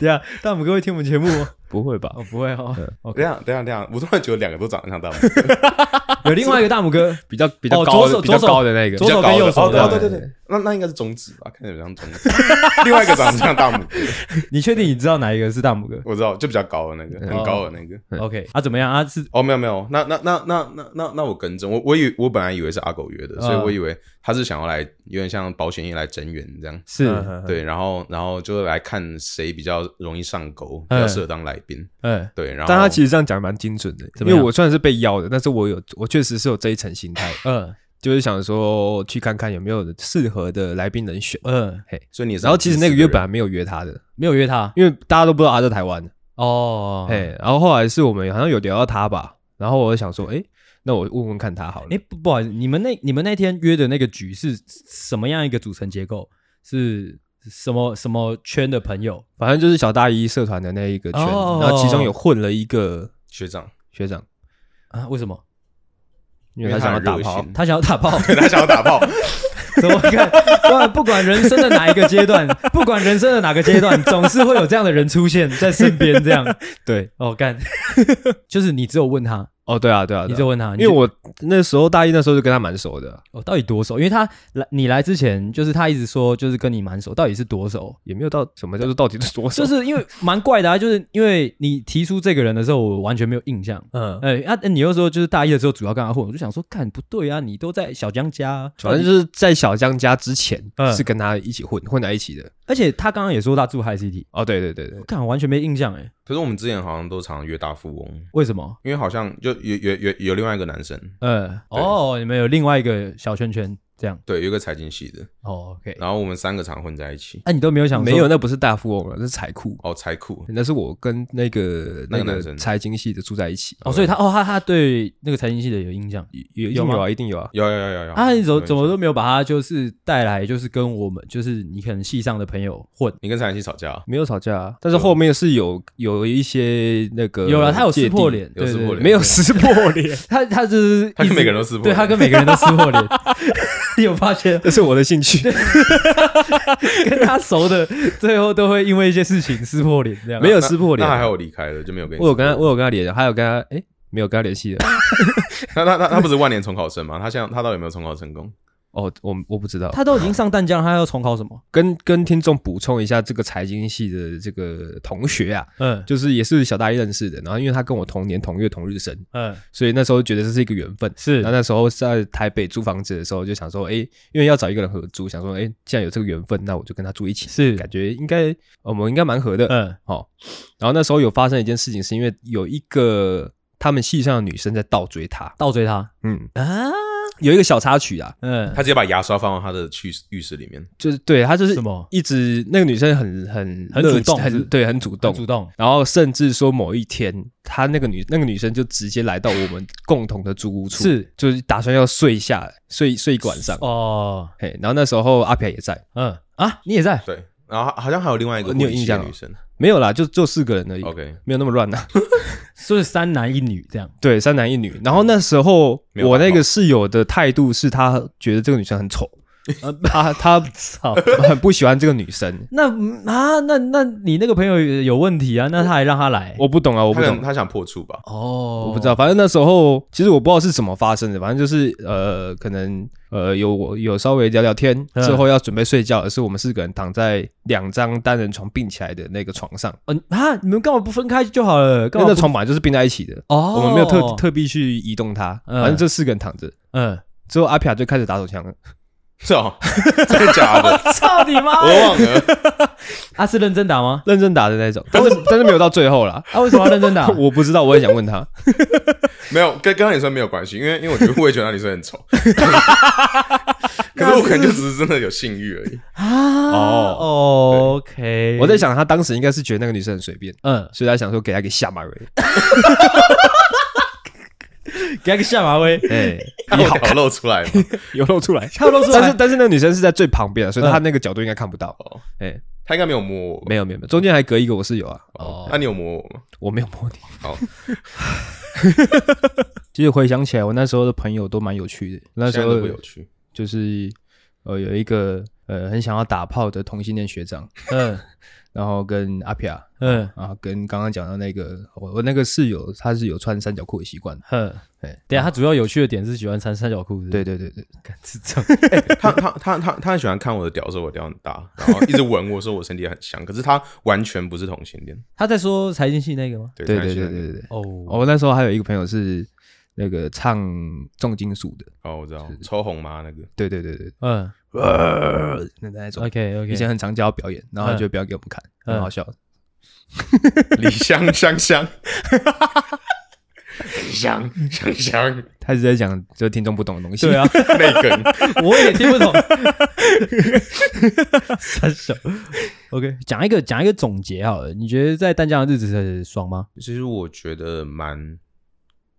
Speaker 1: 对啊，大拇哥会听我们节目吗？
Speaker 3: 不会吧？呃
Speaker 1: 哦，不会哦。
Speaker 2: 等一
Speaker 1: OK，
Speaker 2: 下等一下等一下，我突然觉得两个都长得像大 拇哥，
Speaker 1: 有另外一个大拇哥，
Speaker 3: 比较比较
Speaker 1: 哦左
Speaker 3: 高
Speaker 1: 手
Speaker 3: 的，比较
Speaker 1: 左手
Speaker 3: 高的那个
Speaker 1: 左。手跟右手
Speaker 2: 比较高
Speaker 1: 对
Speaker 2: 的哦对对对，那那应该是中指吧？看起来比较像中指。 另外一个长得像大拇哥，
Speaker 1: 你确定你知道哪一个是大拇哥
Speaker 2: 我知道，就比较高的那个，很高的那
Speaker 3: 哦
Speaker 2: 个。
Speaker 1: ？OK，啊，怎么样啊？是
Speaker 2: 哦，没有没有，那那那那那那那我更正，我我以我本来以为是阿狗约的，所以
Speaker 1: 嗯
Speaker 2: 我以为他是想要来，有点像保险业来增援这样。
Speaker 3: 嗯
Speaker 1: 是，
Speaker 2: 对，然后然后就来看谁比较容易上钩，比
Speaker 1: 嗯
Speaker 2: 较适合当来宾。
Speaker 1: 嗯，
Speaker 2: 对，然后
Speaker 3: 但他其实这样讲蛮精准的，
Speaker 1: 怎
Speaker 3: 因
Speaker 1: 么
Speaker 3: 为
Speaker 1: 样
Speaker 3: 我虽然是被邀的，但是我有我确实是有这一层心 态，
Speaker 1: 嗯
Speaker 3: 就是想说去看看有没有适合的来宾能选。
Speaker 1: 嗯，
Speaker 2: 所以你也是
Speaker 3: 然后其实那个约本
Speaker 2: 版
Speaker 3: 来没有约他的，
Speaker 1: 没有约他
Speaker 3: 因为大家都不知道他在台湾，
Speaker 1: 哦。哎
Speaker 3: 哎，然后后来是我们好像有聊到他吧，然后我就想说，哎，那我问问看他好了。
Speaker 1: 哎不不好意思，你们那你们那天约的那个局是什么样一个组成结构？是什么什么圈的朋友？
Speaker 3: 反正就是小大一社团的那一个圈，
Speaker 1: 哦
Speaker 3: 然后其中有混了一个
Speaker 2: 学长，
Speaker 3: 学长，
Speaker 1: 啊？为什么
Speaker 3: 因为他想要打
Speaker 2: 因为他很热
Speaker 3: 炮
Speaker 2: 心，
Speaker 1: 他想要打 炮？
Speaker 2: 他想要打炮，
Speaker 1: 怎么看？不管不管人生的哪一个阶 段，不管人生的哪个阶段，总是会有这样的人出现在身边。 这样
Speaker 3: 对，
Speaker 1: 哦，干， 就是你只有问他，
Speaker 3: 哦，对啊，对啊，
Speaker 1: 你只
Speaker 3: 对
Speaker 1: 有
Speaker 3: 啊
Speaker 1: 问他，
Speaker 3: 因为我那时候大一那时候就跟他蛮熟的，
Speaker 1: 我、哦、到底多熟？因为他来你来之前，就是他一直说就是跟你蛮熟，到底是多熟？
Speaker 3: 也没有到什么叫做到底是多少，
Speaker 1: 就是因为蛮怪的啊，就是因为你提出这个人的时候，我完全没有印象。
Speaker 3: 嗯，
Speaker 1: 哎、啊，你又说就是大一的时候主要跟他混，我就想说，干不对啊，你都在小江家、啊，
Speaker 3: 反正就是在小江家之前
Speaker 1: 嗯
Speaker 3: 是跟他一起混混在一起的。
Speaker 1: 而且他刚刚也说他住 High City，
Speaker 3: 哦，对对对对，
Speaker 1: 干完全没印象哎、
Speaker 2: 可是我们之前好像都常约大富翁，
Speaker 1: 为什么？
Speaker 2: 因为好像就有有有有另外一个男生，
Speaker 1: 呃，哦，你们有另外一个小圈圈，这样
Speaker 2: 对，有一个财经系的，
Speaker 1: 哦，OK。
Speaker 2: 然后我们三个常混在一起。
Speaker 1: 啊那、你都没有想
Speaker 3: 没有，
Speaker 1: 说
Speaker 3: 那不是大富翁了，那是财库。
Speaker 2: 哦，财库，
Speaker 3: 那是我跟那个
Speaker 2: 那个男
Speaker 3: 个
Speaker 2: 生
Speaker 3: 财经系的住在一起，
Speaker 1: 哦，所以他哦他他对那个财经系的有印象，
Speaker 3: 有一
Speaker 1: 有
Speaker 3: 定
Speaker 1: 吗
Speaker 3: 有啊，一定有啊。
Speaker 2: 有有有有有。
Speaker 1: 啊，你怎么
Speaker 2: 对
Speaker 1: 怎么都没有把他就是带来，就是跟我们就是你可能系上的朋友混。
Speaker 2: 你跟财经系吵架啊？
Speaker 3: 没有吵架啊，但是后面是有有一些那个
Speaker 1: 有了，啊他有撕
Speaker 3: 芥蒂
Speaker 1: 破脸，
Speaker 2: 呃
Speaker 1: 对
Speaker 2: 有撕
Speaker 1: 对
Speaker 2: 破
Speaker 1: 对啊
Speaker 2: 脸
Speaker 3: 没有撕破脸，
Speaker 1: 他他就是
Speaker 2: 他跟
Speaker 1: 一直
Speaker 2: 每个人都撕破
Speaker 1: 对他
Speaker 2: 脸
Speaker 1: 跟每个人都撕破脸， 你有发现
Speaker 3: 这是我的兴趣。
Speaker 1: 跟他熟 的最后都会因为一些事情撕破脸这样。
Speaker 3: 没有撕破脸啊
Speaker 2: 那那还有离开了就没有跟你撕破脸。
Speaker 3: 我有跟他，我有跟他联，还有跟他，哎、没有跟他联系的。
Speaker 2: 他他他他不是万年重考生吗？他现在他到底有没有重考成功？
Speaker 3: 哦，我我不知道。
Speaker 1: 他都已经上淡江了，他要重考什么？
Speaker 3: 跟跟听众补充一下，这个财经系的这个同学啊，
Speaker 1: 嗯
Speaker 3: 就是也是小大一认识的，然后因为他跟我同年同月同日生，
Speaker 1: 嗯，
Speaker 3: 所以那时候觉得这是一个缘分。
Speaker 1: 是
Speaker 3: 然后那时候在台北租房子的时候，就想说，哎、因为要找一个人合租，想说，哎、既然有这个缘分，那我就跟他住一起，
Speaker 1: 是
Speaker 3: 感觉应该我们应该蛮合的。
Speaker 1: 嗯
Speaker 3: 哦，然后那时候有发生一件事情，是因为有一个他们系上的女生在倒追他，
Speaker 1: 倒追他
Speaker 3: 嗯，
Speaker 1: 啊，
Speaker 3: 有一个小插曲啊，
Speaker 1: 嗯
Speaker 2: 他，直接把牙刷放到他的去浴室里面，
Speaker 3: 就是对他就是
Speaker 1: 什么
Speaker 3: 一直那个女生很很
Speaker 1: 很
Speaker 3: 热
Speaker 1: 主动是
Speaker 3: 情
Speaker 1: 不
Speaker 3: 很
Speaker 1: 是
Speaker 3: 对，很主动，
Speaker 1: 很主动
Speaker 3: 然后甚至说某一天，她那个女那个女生就直接来到我们共同的租屋处，
Speaker 1: 是
Speaker 3: 就是打算要睡下来，睡睡一个晚上。
Speaker 1: 哦，
Speaker 3: 嘿，然后那时候阿飘也在，
Speaker 1: 嗯啊，你也在
Speaker 2: 对，然后好像还有另外一个
Speaker 3: 哦你有
Speaker 2: 护理系
Speaker 3: 印象
Speaker 2: 的
Speaker 3: 哦
Speaker 2: 女生
Speaker 3: 没有啦，就就四个人而已
Speaker 2: ，OK，
Speaker 3: 没有那么乱啦。
Speaker 1: 就是三男一女 这样。
Speaker 3: 对，三男一
Speaker 1: 嗯
Speaker 3: 女。然后那时候
Speaker 2: 没有
Speaker 3: 我那
Speaker 2: 办法
Speaker 3: 个室友的态度是，他觉得这个女生很丑，
Speaker 1: 呃
Speaker 3: 他他
Speaker 1: 操！
Speaker 3: 很不喜欢这个 女生。
Speaker 1: 那嗯啊，那那你那个朋友有问题啊？那他还让他来？
Speaker 3: 我不懂啊，我
Speaker 2: 他
Speaker 3: 不
Speaker 2: 可
Speaker 3: 懂
Speaker 2: 能。他想破处 吧？
Speaker 1: 哦，
Speaker 3: 我不知道，反正那时候其实我不知道是怎么发生的，反正就是呃，可能呃有我有稍微聊聊天
Speaker 1: 嗯
Speaker 3: 之后要准备睡觉，而是我们四个人躺在两张单人床并起来的那个床上，
Speaker 1: 嗯啊，你们干嘛不分开就好了？
Speaker 3: 因
Speaker 1: 干嘛
Speaker 3: 为哎那
Speaker 1: 不
Speaker 3: 床本来就是并在一起的，
Speaker 1: 哦，
Speaker 3: 我们没有特特地去移动它，
Speaker 1: 嗯
Speaker 3: 反正这四个人躺着。
Speaker 1: 嗯，
Speaker 3: 之后阿飘就开始打手枪了，
Speaker 2: 是哦，真的假 的？
Speaker 1: 操你妈
Speaker 2: 我！忘了，
Speaker 1: 他是认真打吗？
Speaker 3: 认真打的 那种，但是但是没有到最后啦。
Speaker 1: 啊，为什么要认真打？
Speaker 3: 我不知道，我也想 问他，
Speaker 2: 没有跟刚刚你说没有关系，因为因为我觉得我也觉得那女生很 丑，可是我可能就只是真的有性欲而已。
Speaker 1: 啊，
Speaker 3: 哦
Speaker 1: ，OK，
Speaker 3: 我在，想他当时应该是觉得那个女生很随便，
Speaker 1: 嗯，
Speaker 3: 所以他想说给她一个下马威，
Speaker 1: 给他个下马威，
Speaker 3: 哎，
Speaker 2: 你好露出来吗？
Speaker 3: 有露出来，嗯
Speaker 1: 差不多是吧，
Speaker 3: 但是但是那个女生是在最旁边的，所以她那个角度应该看不到。
Speaker 2: 哦
Speaker 3: 哎、
Speaker 2: 他应该没有摸我吧？
Speaker 3: 没有没有，没有，中间还隔一个我室友啊，哦
Speaker 2: 哦，那你有摸我吗？
Speaker 3: 我没有 摸你。
Speaker 2: 好，
Speaker 3: 其实回想起来，我那时候的朋友都蛮有趣的。那时
Speaker 2: 现在都
Speaker 3: 候
Speaker 2: 不有趣。
Speaker 3: 就是呃有一个呃很想要打炮的同性恋学长，
Speaker 1: 嗯
Speaker 3: 然后跟阿飘
Speaker 1: 嗯
Speaker 3: 啊，跟刚刚讲到那个我我那个室友，他是有穿三角裤的习惯的。
Speaker 1: 嗯，
Speaker 3: 哎，
Speaker 1: 等一下他主要有趣的点是喜欢穿三角裤，
Speaker 3: 对，对对对，
Speaker 1: 是这样，
Speaker 2: 他他他他他很喜欢看我的屌，说我屌很大，然后一直闻我说我身体很香，可是他完全不是同性恋。
Speaker 1: 他在说财经系那个吗？
Speaker 2: 对
Speaker 3: 对
Speaker 2: 他
Speaker 3: 对
Speaker 2: 是
Speaker 3: 对对对对。
Speaker 1: 哦，
Speaker 3: 我那时候还有一个朋友是那个唱重金属的，
Speaker 2: 哦，我知道，抽红妈那个，
Speaker 3: 对对对对，
Speaker 1: 嗯
Speaker 3: 呃，那那种。
Speaker 1: ，OK
Speaker 3: 以
Speaker 1: OK，
Speaker 3: 前很常教表演，然后他
Speaker 1: 嗯
Speaker 3: 就表演给我们看，
Speaker 1: 嗯
Speaker 3: 很好笑。
Speaker 2: 李香香香，李香香香，
Speaker 3: 他一直在讲就是听众不懂的东西。
Speaker 1: 对 啊，
Speaker 2: 那个
Speaker 1: 我也听不懂，三小，OK，讲一个讲一个总结好了，你觉得在淡江的日子很爽吗？
Speaker 2: 其实我觉得蛮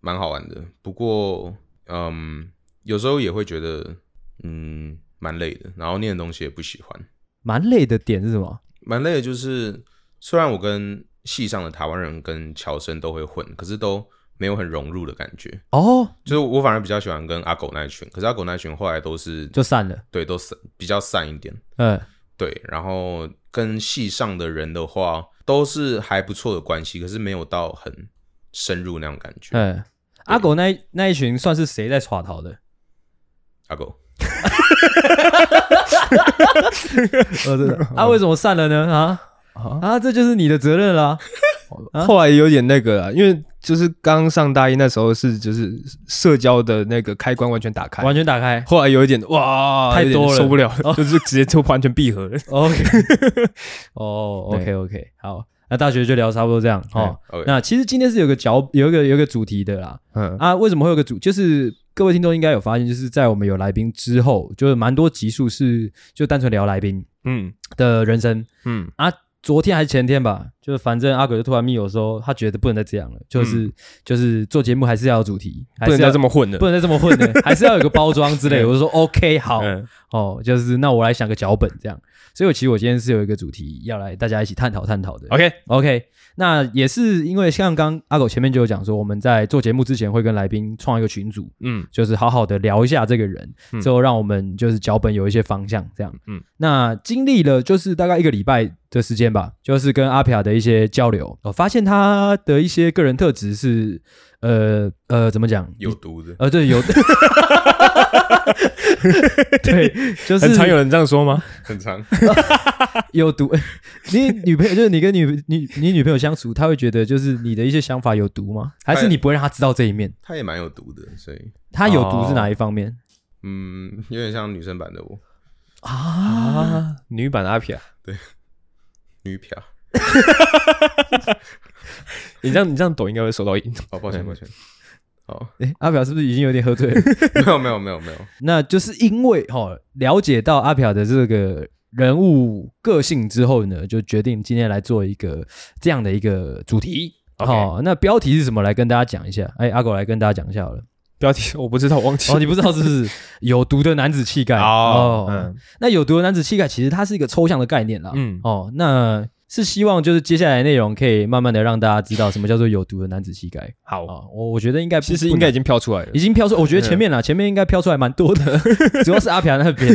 Speaker 2: 蛮好玩的，不过嗯，有时候也会觉得嗯蛮累的，然后念的东西也不喜欢，
Speaker 1: 蛮累的点是什么？
Speaker 2: 蛮累的。就是虽然我跟系上的台湾人跟侨生都会混，可是都没有很融入的感觉。
Speaker 1: 哦，
Speaker 2: 就是我反而比较喜欢跟阿狗那一群，可是阿狗那一群后来都是
Speaker 1: 就散了，
Speaker 2: 对都散比较散一点，
Speaker 1: 嗯
Speaker 2: 对，然后跟系上的人的话都是还不错的关系，可是没有到很深入那种感觉。
Speaker 1: 嗯，阿狗那一那一群算是谁在耍逃的？
Speaker 2: 阿狗
Speaker 1: 呃，对的 啊，为什么散了呢？啊
Speaker 3: 啊
Speaker 1: 啊，这就是你的责任啦。
Speaker 3: 后来有点那个啦，啊因为就是刚上大一那时候是就是社交的那个开关完全打开，
Speaker 1: 完全打开。
Speaker 3: 后来有一点哇，
Speaker 1: 太多了哦
Speaker 3: 有点受不了，就是直接就完全闭合了。
Speaker 1: OK，哦，OK，OK，好那大学就聊差不多这样哦。
Speaker 2: OK
Speaker 1: 那其实今天是有个脚有一个有一个主题的啦
Speaker 3: 嗯，
Speaker 1: 啊，为什么会有个主？就是各位听众应该有发现，就是在我们有来宾之后，就是蛮多集数是就单纯聊来宾
Speaker 3: 嗯
Speaker 1: 的人生
Speaker 3: 嗯
Speaker 1: 啊。昨天还是前天吧，就是反正阿鬼就突然密我说，他觉得不能再这样了，就是、就是做节目还是要有主题，还
Speaker 3: 嗯不
Speaker 1: 是
Speaker 3: 能
Speaker 1: 要
Speaker 3: 再这么混了。
Speaker 1: 不能再这么混了， 还是要有个包装之类的。我就说 OK 好，
Speaker 3: 嗯
Speaker 1: 哦，就是那我来想个脚本这样。所以我其实我今天是有一个主题要来大家一起探讨探讨的。
Speaker 3: ，OK，
Speaker 1: OK，那也是因为像刚刚阿狗前面就有讲说，我们在做节目之前会跟来宾创一个群组，
Speaker 3: 嗯
Speaker 1: 就是好好的聊一下这个人，
Speaker 3: 嗯
Speaker 1: 之后让我们就是脚本有一些方向这样。嗯
Speaker 3: 嗯，
Speaker 1: 那经历了就是大概一个礼拜的时间吧，就是跟阿皮亚的一些交流，我、发现他的一些个人特质是，呃呃，怎么讲？
Speaker 2: 有毒的，
Speaker 1: 呃，对，有， 对，就是
Speaker 3: 很常有人这样说吗？
Speaker 2: 很长。
Speaker 1: 有毒。 你女朋友就是你跟女你你女朋友相处，她会觉得就是你的一些想法有毒吗？还是你不会让她知道这一面？
Speaker 2: 他也蛮有毒的，所以
Speaker 1: 她有毒是哪一方面、
Speaker 2: 嗯，有点像女生版的我，
Speaker 1: 啊？
Speaker 3: 啊，女版的阿皮啊，
Speaker 2: 女票。
Speaker 3: 你这样你这样抖应该会收到音。
Speaker 2: 哦，抱歉抱歉。哦，
Speaker 1: 诶阿表是不是已经有点喝醉了？
Speaker 2: 没有没有没有没有，
Speaker 1: 那就是因为哈、哦、了解到阿表的这个人物个性之后呢，就决定今天来做一个这样的一个主题。
Speaker 3: OK
Speaker 1: 好、那标题是什么？来跟大家讲一下。哎，阿狗来跟大家讲一下好了。
Speaker 3: 标题我不知道，我忘记
Speaker 1: 哦，。你不知道是不是有毒的男子气概？
Speaker 3: 哦
Speaker 1: 哦，那有毒的男子气概其实它是一个抽象的概念啦。嗯
Speaker 3: 嗯，
Speaker 1: 哦，那是希望就是接下来的内容可以慢慢的让大家知道什么叫做有毒的男子气概。
Speaker 3: 好
Speaker 1: 哦，我我觉得应该不
Speaker 3: 其实应该已经飘出来了
Speaker 1: 不。已经飘出，我觉得前面啦，前面应该飘出来蛮多 的，主要是阿飘那边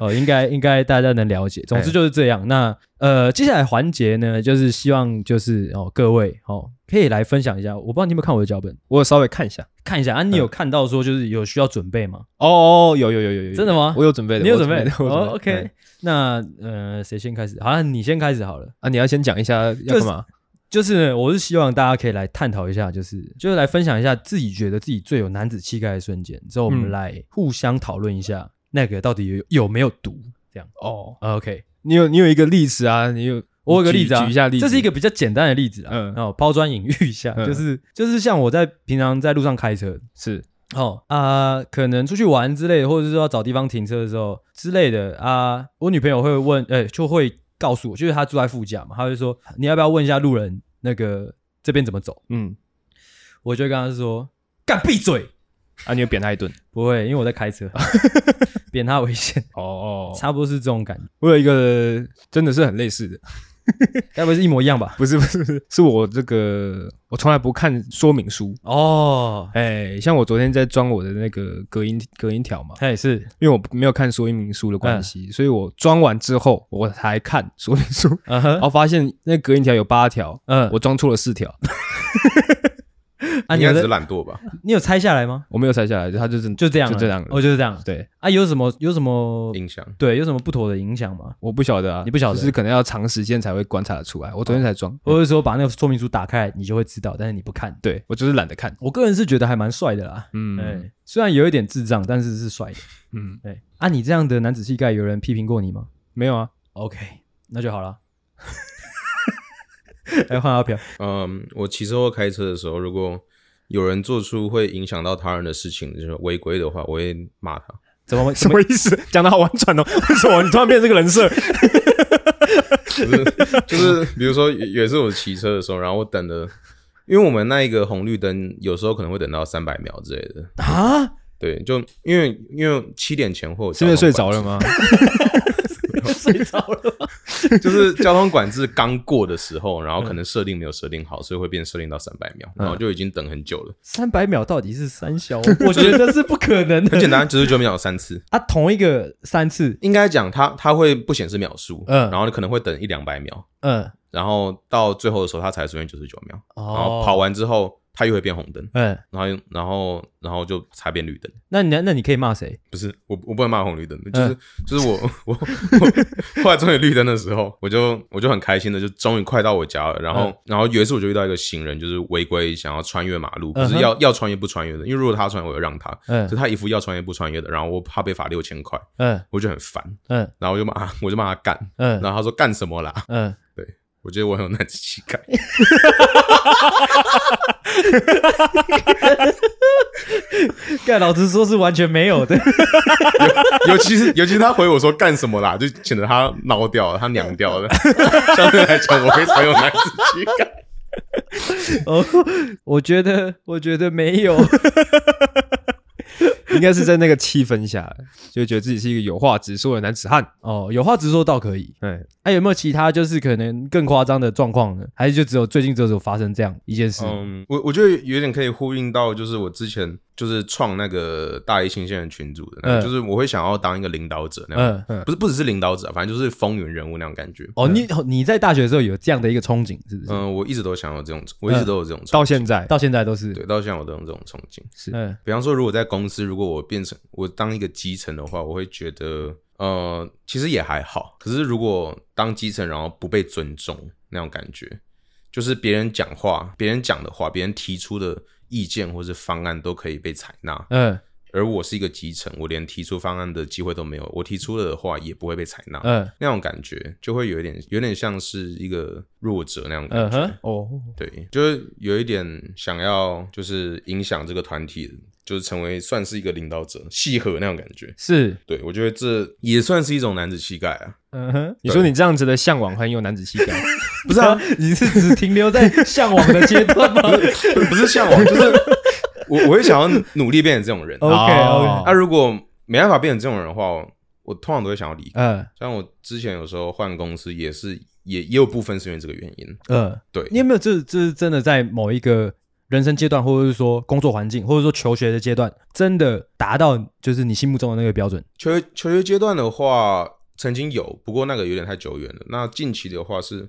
Speaker 1: 哦，应该应该大家能了解。总之就是这样。那呃，接下来环节呢，就是希望就是哦各位哦可以来分享一下，我不知道你有没有看我的脚本。
Speaker 3: 我有稍微看一下。
Speaker 1: 看一下啊，你
Speaker 3: 嗯
Speaker 1: 有看到说就是有需要准备吗？
Speaker 3: 哦哦，有有有有有，
Speaker 1: 真的吗
Speaker 3: 我有准备的，
Speaker 1: 你有
Speaker 3: 我
Speaker 1: 准备
Speaker 3: 的我有准备
Speaker 1: 哦
Speaker 3: 的
Speaker 1: ，OK
Speaker 3: 嗯。
Speaker 1: 那呃，谁先开始？好像你先开始好了。
Speaker 3: 啊，你要先讲一下要
Speaker 1: 是
Speaker 3: 干嘛？
Speaker 1: 就是呢我是希望大家可以来探讨一下，就是就是来分享一下自己觉得自己最有男子气概的瞬间，之后我们
Speaker 3: 嗯
Speaker 1: 来互相讨论一下那个到底有有没有毒这样。
Speaker 3: 哦，
Speaker 1: 啊 OK，
Speaker 3: 你有你有一个例子啊，你有
Speaker 1: 我有个
Speaker 3: 举
Speaker 1: 例子啊，
Speaker 3: 举一下例子，
Speaker 1: 这是一个比较简单的例子啊，
Speaker 3: 嗯
Speaker 1: 哦，抛砖引玉一下，
Speaker 3: 嗯
Speaker 1: 就是就是像我在平常在路上开车，
Speaker 3: 是
Speaker 1: 哦啊、可能出去玩之类的，或者是说要找地方停车的时候之类的啊、我女朋友会问，呃、就会告诉我，就是她住在副驾嘛，她就说你要不要问一下路人那个这边怎么走？
Speaker 3: 嗯
Speaker 1: 我就会跟她说，干闭嘴，
Speaker 3: 啊，你有扁 他一顿。
Speaker 1: 不会，因为我在开车， 扁她危险，
Speaker 3: 哦哦，
Speaker 1: 差不多是这种感觉，
Speaker 3: 我有一个真的是很类似的，
Speaker 1: 该不会是一模一样吧？
Speaker 3: 不是不是不是，是我这个我从来不看说明书。
Speaker 1: 哦，
Speaker 3: 哎，像我昨天在装我的那个隔音隔音条嘛，
Speaker 1: 哎是，
Speaker 3: 因为我没有看说明书的关系，所以我装完之后我才看说明书，
Speaker 1: 嗯哼
Speaker 3: 然，后发现那隔音条有八条，
Speaker 1: 嗯，
Speaker 3: 我装错了四条，
Speaker 1: 啊，
Speaker 2: 应
Speaker 1: 你有
Speaker 2: 该只
Speaker 1: 在
Speaker 2: 是懒惰吧？
Speaker 1: 你有拆下来吗？
Speaker 3: 我没有拆下来，它就是
Speaker 1: 就这样了，
Speaker 3: 就这样了
Speaker 1: 哦，就是这样。
Speaker 3: 对，
Speaker 1: 啊，有什么有什么
Speaker 2: 印象
Speaker 1: 对有什么不妥的影响吗？
Speaker 3: 我不晓得啊，哦
Speaker 1: 你不晓得
Speaker 3: 就是可能要长时间才会观察得出来。我昨天才装，
Speaker 1: 或者说把那个说明书打开，你就会知道，但是你不看。
Speaker 3: 对我就是懒得看。
Speaker 1: 我个人是觉得还蛮帅的啦，嗯，
Speaker 3: 嗯
Speaker 1: 虽然有一点智障，但是是帅的。
Speaker 3: 嗯，
Speaker 1: 对啊，你这样的男子气概，有人批评过你吗
Speaker 3: 没有啊，
Speaker 1: ？OK，那就好了。 来换阿飘，
Speaker 2: 嗯，我骑车或开车的时候，如果有人做出会影响到他人的事情，就是违规的话，我会骂他。
Speaker 1: 怎么 会
Speaker 3: 什么意思？讲的好婉转哦， 为什么你突然变这个人设？
Speaker 2: 就是就是，比如说有有一次我骑车的时候，然后我等了，因为我们那一个红绿灯有时候可能会等到三百秒之类的。
Speaker 1: 啊？
Speaker 2: 对，就因为因为七点前后
Speaker 3: 是因为睡着了吗？
Speaker 1: 睡着了吗？
Speaker 2: 就是交通管制刚过的时候，然后可
Speaker 1: 嗯
Speaker 2: 能设定没有设定好，所以会变设定到三百秒，然后就已经等很久了。
Speaker 1: 三百秒到底是三小？ 我觉得是不可能
Speaker 2: 很
Speaker 1: 的。
Speaker 2: 简单，只是九秒三次。
Speaker 1: 啊，同一个三次，
Speaker 2: 应该讲它它会不显示秒数，
Speaker 1: 嗯
Speaker 2: 然后你可能会等一两百秒，
Speaker 1: 嗯，
Speaker 2: 然后到最后的时候它才出现九十九秒，
Speaker 1: 哦
Speaker 2: 然后跑完之后它又会变红灯，
Speaker 1: 嗯，
Speaker 2: 然后然后然后就才变绿灯。
Speaker 1: 那你那你可以骂谁？
Speaker 2: 不是我，我不能骂红绿灯，就是、
Speaker 1: 嗯
Speaker 2: 就是我我我后来终于绿灯的时候，我就我就很开心的，就终于快到我家了。然后、
Speaker 1: 嗯
Speaker 2: 然后有一次我就遇到一个行人，就是违规想要穿越马路，可
Speaker 1: 嗯
Speaker 2: 是
Speaker 1: 哼
Speaker 2: 要、要穿越不穿越的，因为如果他穿越，我就让他，
Speaker 1: 嗯
Speaker 2: 就他一副要穿越不穿越的，然后我怕被罚六千块，
Speaker 1: 嗯
Speaker 2: 我就很烦，
Speaker 1: 嗯
Speaker 2: 然后我就骂我就骂他干，
Speaker 1: 嗯
Speaker 2: 然后他说干什么啦？
Speaker 1: 嗯，
Speaker 2: 我觉得我很有男子气概。
Speaker 1: 干老子说是完全没有的，
Speaker 2: 尤其是尤其是他回我说干什么啦，就显得他闹掉了，他娘掉了。 相对来讲，我非常有男子气概。
Speaker 1: 哦， 我觉得我觉得没有，
Speaker 3: 应该是在那个气氛下，就觉得自己是一个有话直说的男子 汉。哎
Speaker 1: 哦，有话直说倒可以。
Speaker 3: 对，
Speaker 1: 那、哎有没有其他就是可能更夸张的状况呢？还是就只有最近只有发生这样一件事？
Speaker 2: 嗯，我我觉得有点可以呼应到，就是我之前就是创那个大一新鲜人群组的，
Speaker 1: 嗯
Speaker 2: 那个，就是我会想要当一个领导者那样，
Speaker 1: 嗯嗯，
Speaker 2: 不是不只是领导者，啊反正就是风云人物那种感觉。
Speaker 1: 哦，你你在大学的时候有这样的一个憧憬，是不是？
Speaker 2: 嗯，我一直都想要这种，我一直都有这种
Speaker 3: 到
Speaker 2: 憧憬，
Speaker 3: 现在，
Speaker 1: 嗯到现在都是。
Speaker 2: 对，到现在我都有这种憧憬。
Speaker 1: 嗯
Speaker 2: 比方说，如果在公司，如果我变成我当一个基层的话，我会觉得，呃，其实也还好。可是如果当基层，然后不被尊重那种感觉，就是别人讲话、别人讲的话、别人提出的意见或是方案都可以被采纳，
Speaker 1: 嗯
Speaker 2: 而我是一个基层，我连提出方案的机会都没有，我提出了的话也不会被采纳，
Speaker 1: 嗯
Speaker 2: 那种感觉就会有一点，有点像是一个弱者那种感觉。
Speaker 1: 嗯哼，
Speaker 3: 哦，
Speaker 2: 对，就是有一点想要，就是影响这个团体，就是成为算是一个领导者，契合那种感觉。
Speaker 1: 是。
Speaker 2: 对，我觉得这也算是一种男子气概啊。
Speaker 1: 嗯哼，
Speaker 3: 你说你这样子的向往很有男子气概，
Speaker 1: 不是啊， 你是只停留在向往的阶段 吗
Speaker 2: 不是向往，就是我我会想要努力变成这种人。
Speaker 1: ？OK
Speaker 3: 哦
Speaker 1: OK，
Speaker 2: 那、如果没办法变成这种人的话，我我通常都会想要离开。
Speaker 1: 嗯
Speaker 2: 像我之前有时候换公司，也是也也有部分是因为这个原因。
Speaker 1: 嗯，
Speaker 2: 对，
Speaker 1: 你有没有这这是真的在某一个人生阶段，或者是说工作环境，或者说求学的阶段，真的达到就是你心目中的那个标准？
Speaker 2: 求学求学阶段的话，曾经有，不过那个有点太久远了。那近期的话，是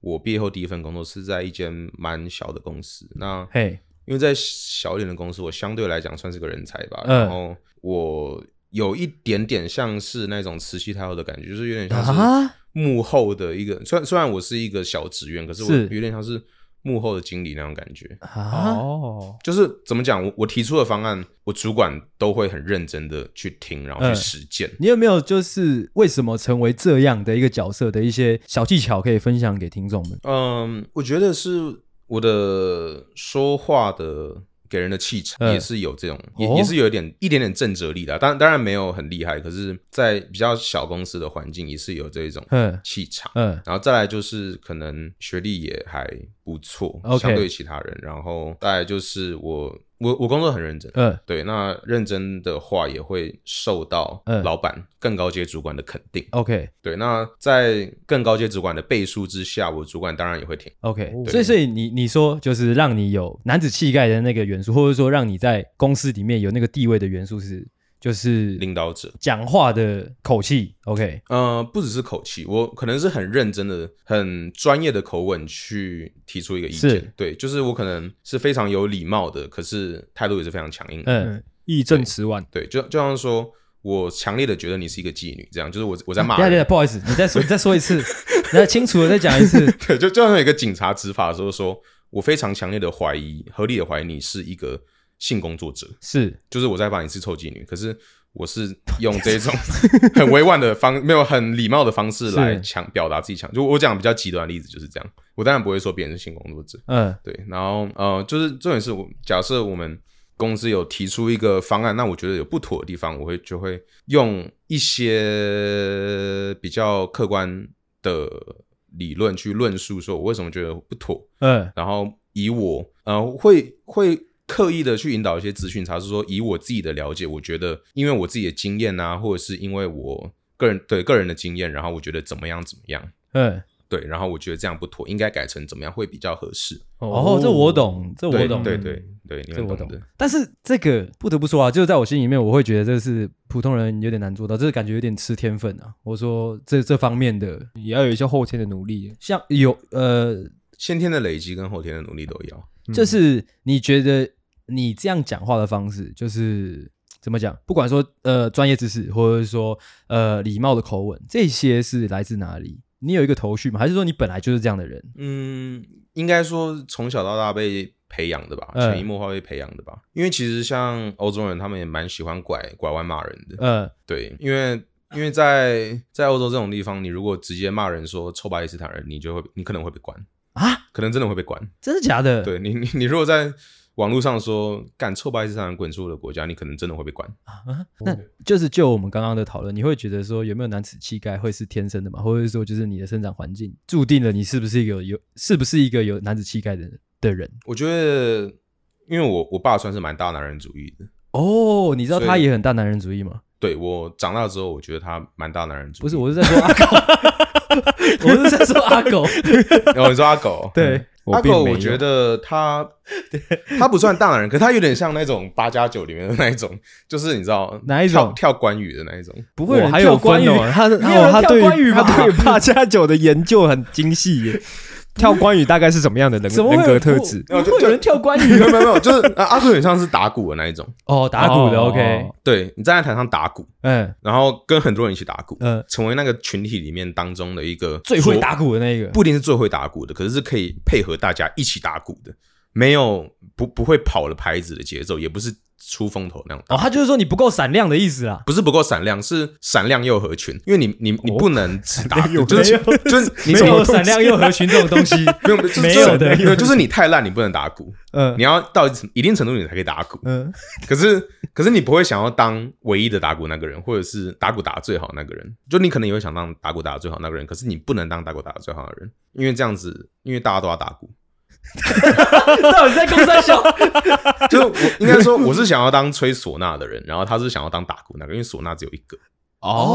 Speaker 2: 我毕业后第一份工作是在一间蛮小的公司。那
Speaker 1: 嘿，
Speaker 2: 因为在小一点的公司，我相对来讲算是个人才吧。
Speaker 1: 嗯
Speaker 2: 然后我有一点点像是那种慈禧太后的感觉，就是有点像是
Speaker 1: 啊
Speaker 2: 幕后的一个。虽然虽然我是一个小职员，可是我
Speaker 1: 是
Speaker 2: 有点像是幕后的经理那种感觉。
Speaker 1: 啊，
Speaker 3: 哦，
Speaker 2: 就是怎么讲，我我提出的方案，我主管都会很认真的去听，然后
Speaker 1: 嗯
Speaker 2: 去实践。
Speaker 1: 你有没有就是为什么成为这样的一个角色的一些小技巧可以分享给听众们？
Speaker 2: 嗯，我觉得是我的说话的给人的气场
Speaker 1: 嗯
Speaker 2: 也是有这种，也
Speaker 1: 哦
Speaker 2: 也是有一点一点点震慑力的啊。当然，当然没有很厉害，可是，在比较小公司的环境也是有这一种
Speaker 1: 嗯
Speaker 2: 气场。
Speaker 1: 嗯
Speaker 2: 然后再来就是可能学历也还不错
Speaker 1: OK
Speaker 2: 相对于其他人。然后再来就是我我我工作很认真。
Speaker 1: 嗯
Speaker 2: 对，那认真的话也会受到
Speaker 1: 嗯
Speaker 2: 老板、更高阶主管的肯定。
Speaker 1: ，OK
Speaker 2: 对，那在更高阶主管的背书之下，我主管当然也会听。
Speaker 1: OK，
Speaker 3: 哦
Speaker 1: 所以所以你你说就是让你有男子气概的那个元素，或者说让你在公司里面有那个地位的元素是就是
Speaker 2: 领导者。
Speaker 1: 讲话的口气，OK，
Speaker 2: 呃，不只是口气，我可能是很认真的、很专业的口吻去提出一个意
Speaker 1: 是
Speaker 2: 见。对，就是我可能是非常有礼貌的，可是态度也是非常强硬的。
Speaker 1: 嗯
Speaker 3: 嗯，义正辞婉，
Speaker 2: 对，就就像说我强烈的觉得你是一个妓女，这样就是我我在
Speaker 1: 等
Speaker 2: 骂
Speaker 1: 一下等一
Speaker 2: 人。
Speaker 1: 下，不好意思，你再说，你再说一次， 你再清楚的再讲一次。
Speaker 2: 对， 就就像有一个警察执法的时候说，我非常强烈的怀疑，合理的怀疑你是一个性工作者，
Speaker 1: 是，
Speaker 2: 就是我在把你是臭妓女，可是。我是用这种 很委婉的方，没有很礼貌的方式来
Speaker 1: 是
Speaker 2: 强表达自己强。就我讲比较极端的例子就是这样，我当然不会说别人是性工作者，
Speaker 1: 嗯
Speaker 2: 对。然后呃，就是重点是我假设我们公司有提出一个方案，那我觉得有不妥的地方，我会就会用一些比较客观的理论去论述，说我为什么觉得不妥，
Speaker 1: 嗯
Speaker 2: 然后以我呃会会刻意的去引导一些资讯差，是说以我自己的了解，我觉得因为我自己的经验啊，或者是因为我个人对个人的经验，然后我觉得怎么样怎么样，
Speaker 1: 嗯，
Speaker 2: 对，然后我觉得这样不妥，应该改成怎么样会比较合适。
Speaker 1: 哦，这我，懂，这我
Speaker 2: 对
Speaker 1: 懂，嗯
Speaker 2: 对对对，你
Speaker 1: 这
Speaker 2: 们
Speaker 1: 我
Speaker 2: 懂
Speaker 1: 懂
Speaker 2: 的。。
Speaker 1: 但是这个不得不说啊，就是在我心里面，我会觉得这是普通人有点难做到，这个感觉有点吃天分啊。我说这这方面的，
Speaker 3: 也要有一些后天的努力。
Speaker 1: 像有呃，
Speaker 2: 先天的累积跟后天的努力都要。
Speaker 1: 嗯就是你觉得你这样讲话的方式，就是怎么讲？不管说呃专业知识，或者是说呃礼貌的口吻，这些是来自哪里？你有一个头绪吗？还是说你本来就是这样的人？
Speaker 2: 嗯，应该说从小到大被培养的吧，
Speaker 1: 嗯
Speaker 2: 潜移默化被培养的吧。因为其实像欧洲人，他们也蛮喜欢拐拐弯骂人的。
Speaker 1: 呃，
Speaker 2: 对，因为因为在在欧洲这种地方，你如果直接骂人说臭巴勒斯坦人，你就会你可能会被关，
Speaker 1: 啊，
Speaker 2: 可能真的会被关。
Speaker 1: 真的假的？
Speaker 2: 对你你你如果在网络上说干臭巴勒斯坦人滚出我的国家，你可能真的会被关。
Speaker 1: 啊，那就是就我们刚刚的讨论，你会觉得说有没有男子气概会是天生的吗？或者说就是你的生长环境注定了你是不是一个有有是不是一个有男子气概的人的人？
Speaker 2: 我觉得，因为我我爸算是蛮大男人主义的，
Speaker 1: 哦，你知道
Speaker 2: 所以
Speaker 1: 他也很大男人主义吗？
Speaker 2: 对我长大之后，我觉得他蛮大男人主义。
Speaker 1: 不是，我是在说阿狗，我是在说阿狗。
Speaker 2: 哦，你说阿 狗？
Speaker 1: 对，
Speaker 2: 阿
Speaker 1: 并
Speaker 2: 狗，
Speaker 1: 没
Speaker 2: 我
Speaker 1: 有
Speaker 2: 觉得 他他不算大男人，可他有点像那种八加九里面的那一种，就是你知道
Speaker 1: 哪一
Speaker 2: 跳
Speaker 1: 种
Speaker 2: 跳关羽的那一种。
Speaker 1: 不会有人
Speaker 3: 还有
Speaker 1: 跳关
Speaker 3: 分
Speaker 1: 羽
Speaker 3: 哦，他
Speaker 1: 没有人
Speaker 3: 他他
Speaker 1: 跳
Speaker 3: 对
Speaker 1: 关羽
Speaker 3: 于他
Speaker 1: 吧
Speaker 3: 对于八加九的研究很精细耶。跳关羽大概是什么样的人
Speaker 1: 怎么会
Speaker 3: 人格特质？
Speaker 1: 不不会有人跳关羽
Speaker 2: 没有没有没有，就是呃阿狗很像是打鼓的那一种。
Speaker 1: 哦，打鼓的
Speaker 3: 哦
Speaker 1: OK，
Speaker 2: 对你站在台上打鼓，
Speaker 1: 嗯
Speaker 2: 然后跟很多人一起打鼓，
Speaker 1: 嗯，
Speaker 2: 成为那个群体里面当中的一个
Speaker 1: 最会
Speaker 2: 说
Speaker 1: 打鼓的那个。
Speaker 2: 不一定是最会打鼓的，可是是可以配合大家一起打鼓的，没有不不会跑了拍子的节奏，也不是出风头那种。
Speaker 1: 哦，他就是说你不够闪亮的意思啦。
Speaker 2: 不是不够闪亮，是闪亮又合群，因为你你
Speaker 1: 哦
Speaker 2: 你不能只打
Speaker 3: 闪亮又
Speaker 2: 鼓，就
Speaker 3: 合
Speaker 2: 是
Speaker 3: 没
Speaker 2: 就是你
Speaker 1: 没
Speaker 2: 怎么
Speaker 1: 有闪亮又合群这种东西，
Speaker 2: 没有就是
Speaker 1: 没有的
Speaker 2: 就是没有就是你太烂，你不能打鼓，
Speaker 1: 嗯
Speaker 2: 你要到一定程度你才可以打鼓。
Speaker 1: 嗯，
Speaker 2: 可是可是你不会想要当唯一的打鼓那个人，或者是打鼓打得最好那个人，就你可能也会想当打鼓打得最好那个人，可是你不能当打鼓打得最好的人，因为这样子，因为大家都要打鼓。
Speaker 1: 到底在公山小？
Speaker 2: 就是我应该说我是想要当吹唢呐的人，然后他是想要当打鼓那个，因为唢呐只有一个。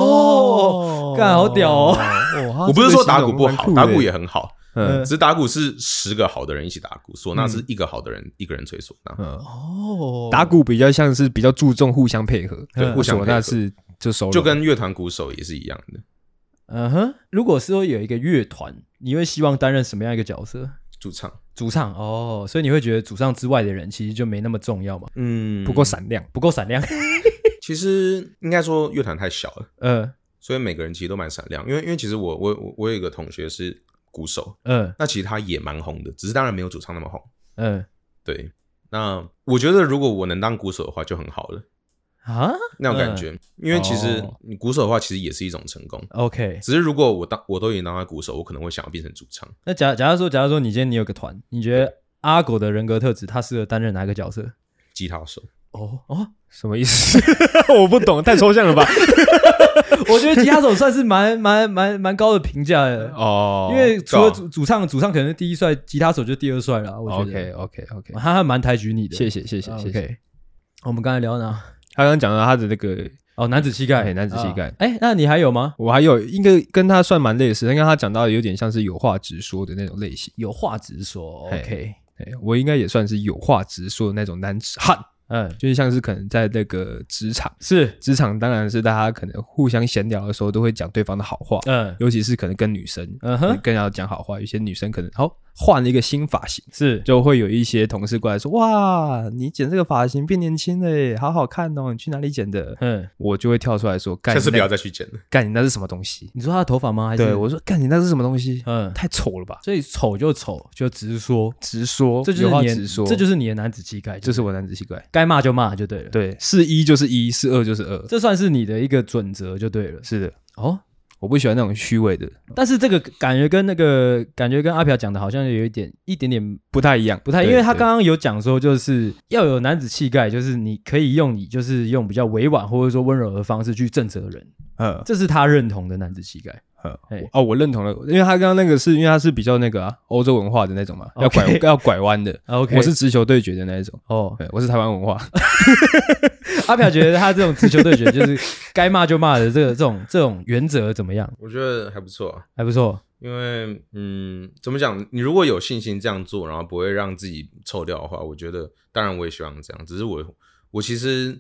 Speaker 1: 哦干好屌哦
Speaker 3: 哦
Speaker 2: 我不是说打鼓不好，打鼓也很好，
Speaker 1: 嗯
Speaker 2: 只是打鼓是十个好的人一起打鼓，唢呐是一个好的人一个人吹唢呐。
Speaker 3: 嗯，
Speaker 1: 哦
Speaker 3: 打鼓比较像是比较注重互相配合，
Speaker 1: 对
Speaker 3: 嗯
Speaker 2: 互相
Speaker 3: 唢呐
Speaker 2: 配合
Speaker 3: 是就熟
Speaker 2: 就
Speaker 3: 拢
Speaker 2: 跟乐团鼓手也是一样的，
Speaker 1: 嗯哼，如果说有一个乐团，你会希望担任什么样一个角色？
Speaker 2: 驻唱，
Speaker 1: 主唱哦，所以你会觉得主唱之外的人其实就没那么重要嘛，
Speaker 2: 嗯，
Speaker 3: 不够闪亮，
Speaker 1: 不够闪 亮。
Speaker 2: 其实应该说乐团太小了，
Speaker 1: 嗯
Speaker 2: 所以每个人其实都蛮闪亮。因为因为其实我我我我有一个同学是鼓手，
Speaker 1: 嗯
Speaker 2: 那其实他也蛮红的，只是当然没有主唱那么红。
Speaker 1: 嗯
Speaker 2: 对，那我觉得如果我能当鼓手的话就很好了，
Speaker 1: 啊
Speaker 2: 那种感觉。因为其实
Speaker 1: 哦
Speaker 2: 你鼓手的话，其实也是一种成功。
Speaker 1: ，OK。
Speaker 2: 只是如果我当我都已经当他鼓手，我可能会想要变成主唱。
Speaker 1: 那假假如说，假如说你今天你有个团，你觉得阿狗的人格特质，他适合担任哪一个角色？
Speaker 2: 吉他手，
Speaker 1: 哦哦，
Speaker 3: 什么意思？ 我不懂，太抽 象了吧？
Speaker 1: 我觉得吉他手算是蛮蛮蛮蛮高的评价的，
Speaker 3: 哦，
Speaker 1: 因为除了
Speaker 2: 是
Speaker 1: 主主唱，主唱可能是第一帅，吉他手就第二帅了。我觉
Speaker 3: OK
Speaker 1: 得
Speaker 3: OK OK，
Speaker 1: 他还蛮抬举你的，
Speaker 3: 谢谢谢谢
Speaker 1: 啊
Speaker 3: 谢谢。
Speaker 1: OK，我们刚才聊到哪？
Speaker 3: 他刚刚讲到他的那个，
Speaker 1: 哦，男子气概，
Speaker 3: 嘿男子气概
Speaker 1: 啊哎，那你还有吗？
Speaker 3: 我还有应该跟他算蛮类似，但跟他讲到有点像是有话直说的那种类型。
Speaker 1: 有话直说
Speaker 3: 嘿
Speaker 1: ，OK，
Speaker 3: 哎，我应该也算是有话直说的那种男子汉，
Speaker 1: 嗯，
Speaker 3: 就是像是可能在那个职场，
Speaker 1: 是，
Speaker 3: 职场当然是大家可能互相闲聊的时候都会讲对方的好话，
Speaker 1: 嗯，
Speaker 3: 尤其是可能跟女生，
Speaker 1: 嗯哼
Speaker 3: 更要讲好话。有些女生可能哦换了一个新发型，
Speaker 1: 是，
Speaker 3: 就会有一些同事过来说：“哇，你剪这个发型变年轻了耶，好好看哦！你去哪里剪的
Speaker 1: 嗯，？”
Speaker 3: 我就会跳出来说：“干，
Speaker 2: 下次
Speaker 3: 你
Speaker 2: 不
Speaker 3: 那
Speaker 2: 要再去剪了。
Speaker 3: 干，你那是什么东西
Speaker 1: 你说他的头发吗？？”还是
Speaker 3: 对我说：“干，你那是什么东西？
Speaker 1: 嗯
Speaker 3: 太丑了吧
Speaker 1: 所以丑就丑，就直说，！”
Speaker 3: 直说，
Speaker 1: 这就
Speaker 3: 哦有
Speaker 1: 是
Speaker 3: 话
Speaker 1: 你的，
Speaker 3: 直说，
Speaker 1: 这就是你的男子气概，
Speaker 3: 这
Speaker 1: 就是
Speaker 3: 是我男子气概。
Speaker 1: 该骂就骂就对了。，
Speaker 3: 对，是一就是一，是二就是二，
Speaker 1: 这算是你的一个准则就对了。
Speaker 3: 是的，
Speaker 1: 哦，
Speaker 3: 我不喜欢那种虚伪的，
Speaker 1: 但是这个感觉跟那个感觉跟阿朴讲的好像有一点一点点
Speaker 3: 不太一样，
Speaker 1: 不太，
Speaker 3: 对
Speaker 1: 因为他
Speaker 3: 对
Speaker 1: 刚刚有讲说，就是要有男子气概，就是你可以用你就是用比较委婉或者说温柔的方式去正责人，
Speaker 3: 嗯
Speaker 1: 这是他认同的男子气概。
Speaker 3: 嗯
Speaker 1: 嘿
Speaker 3: 哦，我认同了，因为他刚刚那个是因为他是比较那个啊欧洲文化的那种嘛，要
Speaker 1: OK
Speaker 3: 拐要拐弯的。
Speaker 1: OK，
Speaker 3: 我是直球对决的那一种，
Speaker 1: 哦，
Speaker 3: 对，我是台湾文化，
Speaker 1: 阿朴觉得他这种直球对决就是该骂就骂的这个这种这种原则怎么样？
Speaker 2: 我觉得还不错、啊，
Speaker 1: 还不错。
Speaker 2: 因为嗯，怎么讲？你如果有信心这样做，然后不会让自己臭掉的话，我觉得，当然我也希望这样。只是我，我其实，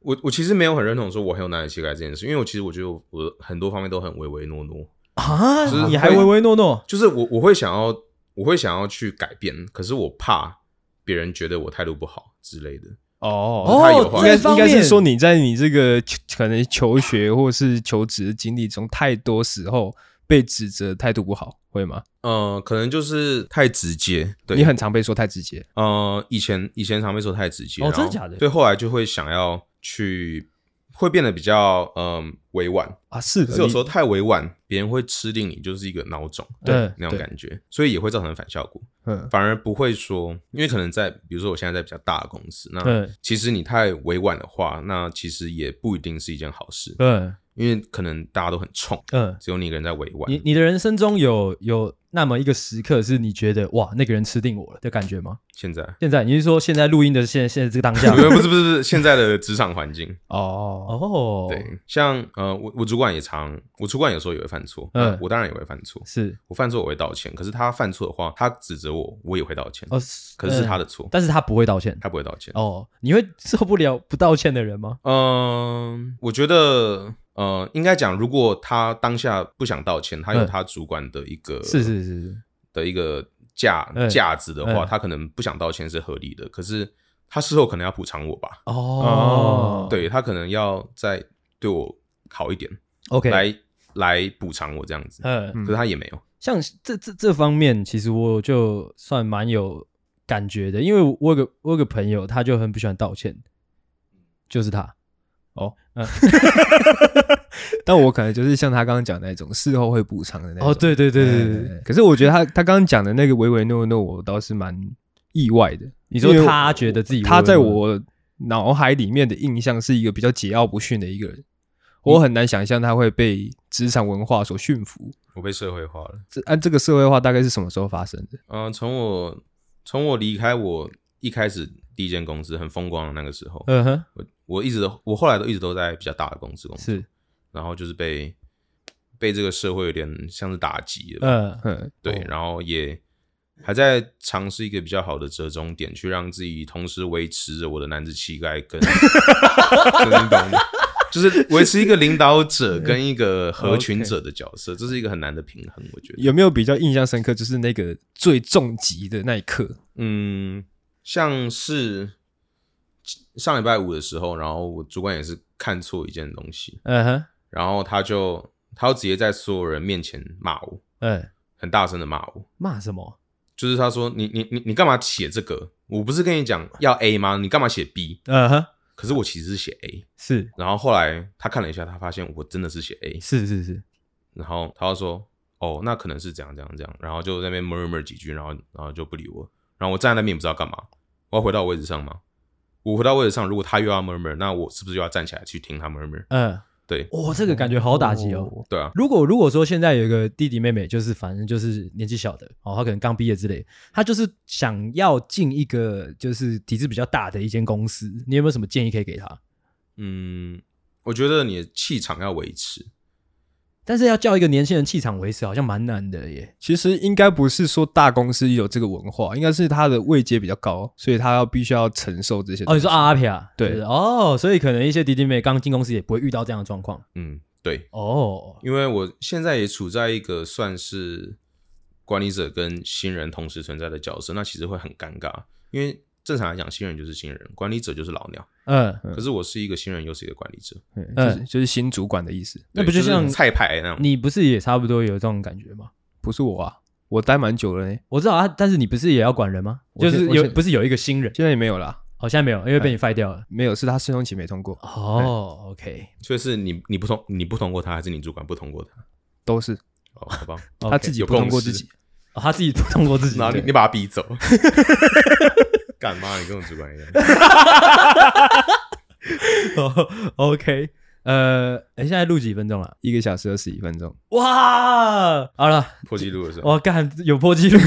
Speaker 2: 我我其实没有很认同说我很有男子气概这件事，因为我其实我觉得我我很多方面都很唯唯诺诺，
Speaker 1: 啊
Speaker 2: 就是
Speaker 1: 你还
Speaker 2: 会
Speaker 1: 唯唯诺诺
Speaker 2: 就是我我会想要，我会想要去改变，可是我怕别人觉得我态度不好之类的。
Speaker 3: 哦，
Speaker 2: 他有
Speaker 1: 哦，
Speaker 2: 话
Speaker 3: 应
Speaker 1: 这
Speaker 3: 该
Speaker 1: 方
Speaker 3: 应
Speaker 1: 面
Speaker 3: 该是说你在你这个求可能求学或是求职的经历中，太多时候被指责态度不好，会吗？
Speaker 2: 呃，可能就是太直接，对
Speaker 3: 你很常被说太直接，
Speaker 2: 呃，以前以前常被说太直接，
Speaker 1: 哦
Speaker 2: 然后
Speaker 1: 真的假的
Speaker 2: 对，后来就会想要去会变得比较嗯委婉。
Speaker 3: 啊，是
Speaker 2: 可
Speaker 3: 的
Speaker 2: 是有
Speaker 3: 你
Speaker 2: 时候太委婉，别人会吃定你就是一个孬种，
Speaker 1: 对
Speaker 2: 那种
Speaker 3: 对
Speaker 2: 感觉，所以也会造成反效果。
Speaker 3: 嗯
Speaker 2: 反而不会说，因为可能在比如说我现在在比较大的公司，那
Speaker 1: 对
Speaker 2: 其实你太委婉的话，那其实也不一定是一件好事，
Speaker 1: 对，
Speaker 2: 因为可能大家都很冲，
Speaker 1: 嗯，
Speaker 2: 只有你一个人在委婉。
Speaker 1: 你你的人生中有有那么一个时刻是你觉得哇，那个人吃定我了的感觉吗？
Speaker 2: 现在
Speaker 1: 现在你是说现在录音的现在现在这个当下
Speaker 2: 没？有不是不是不是现在的职场环境，
Speaker 3: 哦，
Speaker 1: 哦，
Speaker 2: 对，像呃我我主管也常，我主管有时候也会犯错，
Speaker 1: 嗯
Speaker 2: 嗯，我当然也会犯错，
Speaker 1: 是
Speaker 2: 我犯错我会道歉，可是他犯错的话，他指责我，我也会道歉，
Speaker 1: 哦，
Speaker 2: 可是是
Speaker 1: 嗯
Speaker 2: 他的错，
Speaker 1: 但是他不会道歉
Speaker 2: 他不会道歉。
Speaker 1: 哦。你会受不了不道歉的人吗？
Speaker 2: 嗯，我觉得，呃，应该讲，如果他当下不想道歉，他有
Speaker 1: 嗯
Speaker 2: 他主管的一个、
Speaker 1: 是是是是，
Speaker 2: 的一个价
Speaker 1: 嗯
Speaker 2: 价值的话，
Speaker 1: 嗯
Speaker 2: 他可能不想道歉是合理的。可是他事后可能要补偿我吧？
Speaker 1: 哦，
Speaker 2: 对他可能要再对我好一点，
Speaker 1: ，OK，
Speaker 2: 来来补偿我这样子。
Speaker 1: 嗯，
Speaker 2: 可是他也没有，
Speaker 1: 像这这这方面，其实我就算蛮有感觉的，因为我有个我有个朋友，他就很不喜欢道歉，就是他。
Speaker 3: 但我可能就是像他刚刚讲的那种事后会补偿的那种。
Speaker 1: 哦，对对对对对对，
Speaker 2: 哎
Speaker 3: 对。可是我觉得他他刚刚讲的那个唯唯诺诺，我倒是蛮意外的。
Speaker 1: 你说
Speaker 3: 因为
Speaker 1: 他觉得自己
Speaker 3: 他在
Speaker 1: 委婉吗
Speaker 3: 我脑海里面的印象是一个比较桀骜不驯的一个人，我很难想象他会被职场文化所驯服。
Speaker 2: 我被社会化了。
Speaker 3: 这按这个社会化大概是什么时候发生的？
Speaker 2: 嗯、从我从我离开我一开始第一间公司很风光的那个时候，
Speaker 1: 嗯哼，
Speaker 2: 我我一直都我后来都一直都在比较大的公司工作。
Speaker 1: 是，
Speaker 2: 然后就是被被这个社会有点像是打击了吧，
Speaker 1: 嗯
Speaker 3: 嗯，
Speaker 2: 对，然后也还在尝试一个比较好的折中点，去让自己同时维持着我的男子气概 跟，跟你懂吗就是维持一个领导者跟一个合群者的角色，这是一个很难的平衡，我觉得。
Speaker 3: 有没有比较印象深刻？就是那个最重疾的那一刻，
Speaker 2: 嗯，像是上礼拜五的时候，然后我主管也是看错一件东西，
Speaker 1: 嗯哼，
Speaker 2: 然后他就他就直接在所有人面前骂我，
Speaker 1: 嗯，
Speaker 2: 很大声的骂我，
Speaker 1: 骂什么？
Speaker 2: 就是他说你你你你干嘛写这个？我不是跟你讲要 A 吗？你干嘛写 B？
Speaker 1: 嗯哼，
Speaker 2: 可是我其实是写 A。
Speaker 1: 是
Speaker 2: 然后后来他看了一下，他发现我真的是写 A。
Speaker 1: 是是是，
Speaker 2: 然后他就说哦，那可能是这样这样这样。然后就在那边 murmur 几句，然后然后就不理我。然后我站在那边也不知道干嘛，我要回到我位置上吗？我回到位置上，如果他又要 murmur，那我是不是又要站起来去听他 murmur？
Speaker 1: 嗯，
Speaker 2: 对
Speaker 1: 哇，这个感觉好打击哦。
Speaker 2: 对啊，
Speaker 1: 如果如果说现在有一个弟弟妹妹，就是反正就是年纪小的哦，他可能刚毕业之类，他就是想要进一个就是体制比较大的一间公司，你有没有什么建议可以给他？
Speaker 2: 嗯，我觉得你的气场要维持，
Speaker 1: 但是要叫一个年轻人气场维持，好像蛮难的耶。
Speaker 3: 其实应该不是说大公司有这个文化，应该是他的位阶比较高，所以他要必须要承受这些东
Speaker 1: 哦，
Speaker 3: 西。
Speaker 1: 你说阿阿皮啊？
Speaker 3: 对
Speaker 1: 就是哦，所以可能一些弟弟妹妹刚进公司也不会遇到这样的状况
Speaker 2: 嗯，对，
Speaker 1: 哦。
Speaker 2: 因为我现在也处在一个算是管理者跟新人同时存在的角色，那其实会很尴尬。因为正常来讲，新人就是新人，管理者就是老鸟。
Speaker 1: 嗯，
Speaker 2: 可是我是一个新人，又是一个管理者，
Speaker 3: 嗯
Speaker 1: 嗯
Speaker 3: 就是就是新主管的意思，
Speaker 1: 那
Speaker 2: 对
Speaker 1: 不就
Speaker 2: 就是
Speaker 1: 像
Speaker 2: 菜牌那种？
Speaker 1: 你不是也差不多有这种感觉吗？
Speaker 3: 不是我啊，我待蛮久了呢，
Speaker 1: 我知道啊，但是你不是也要管人吗？
Speaker 3: 我
Speaker 1: 就
Speaker 3: 现
Speaker 1: 是
Speaker 3: 我
Speaker 1: 有
Speaker 3: 现
Speaker 1: 不是有一个新人？
Speaker 3: 现在也没有啦，
Speaker 1: 好像没有，因为被你 fire 掉了。
Speaker 3: 没有，是他试用期没通过，
Speaker 1: 哦，OK，
Speaker 2: 所以是你你不通你不通过他，还是你主管不通过他？
Speaker 3: 都是
Speaker 2: 哦，好吧，
Speaker 3: 他自己不通过自己。
Speaker 1: 哦他自己通过自己
Speaker 2: 然后你
Speaker 1: 对
Speaker 2: 你把他逼走， 干嘛？你跟我主管一样。
Speaker 1: 哦 OK，呃，哎，现在录几分钟了？
Speaker 3: 一个小时二十一分钟，
Speaker 1: 哇，好了，
Speaker 2: 破纪录的时候，
Speaker 1: 我干有破纪录。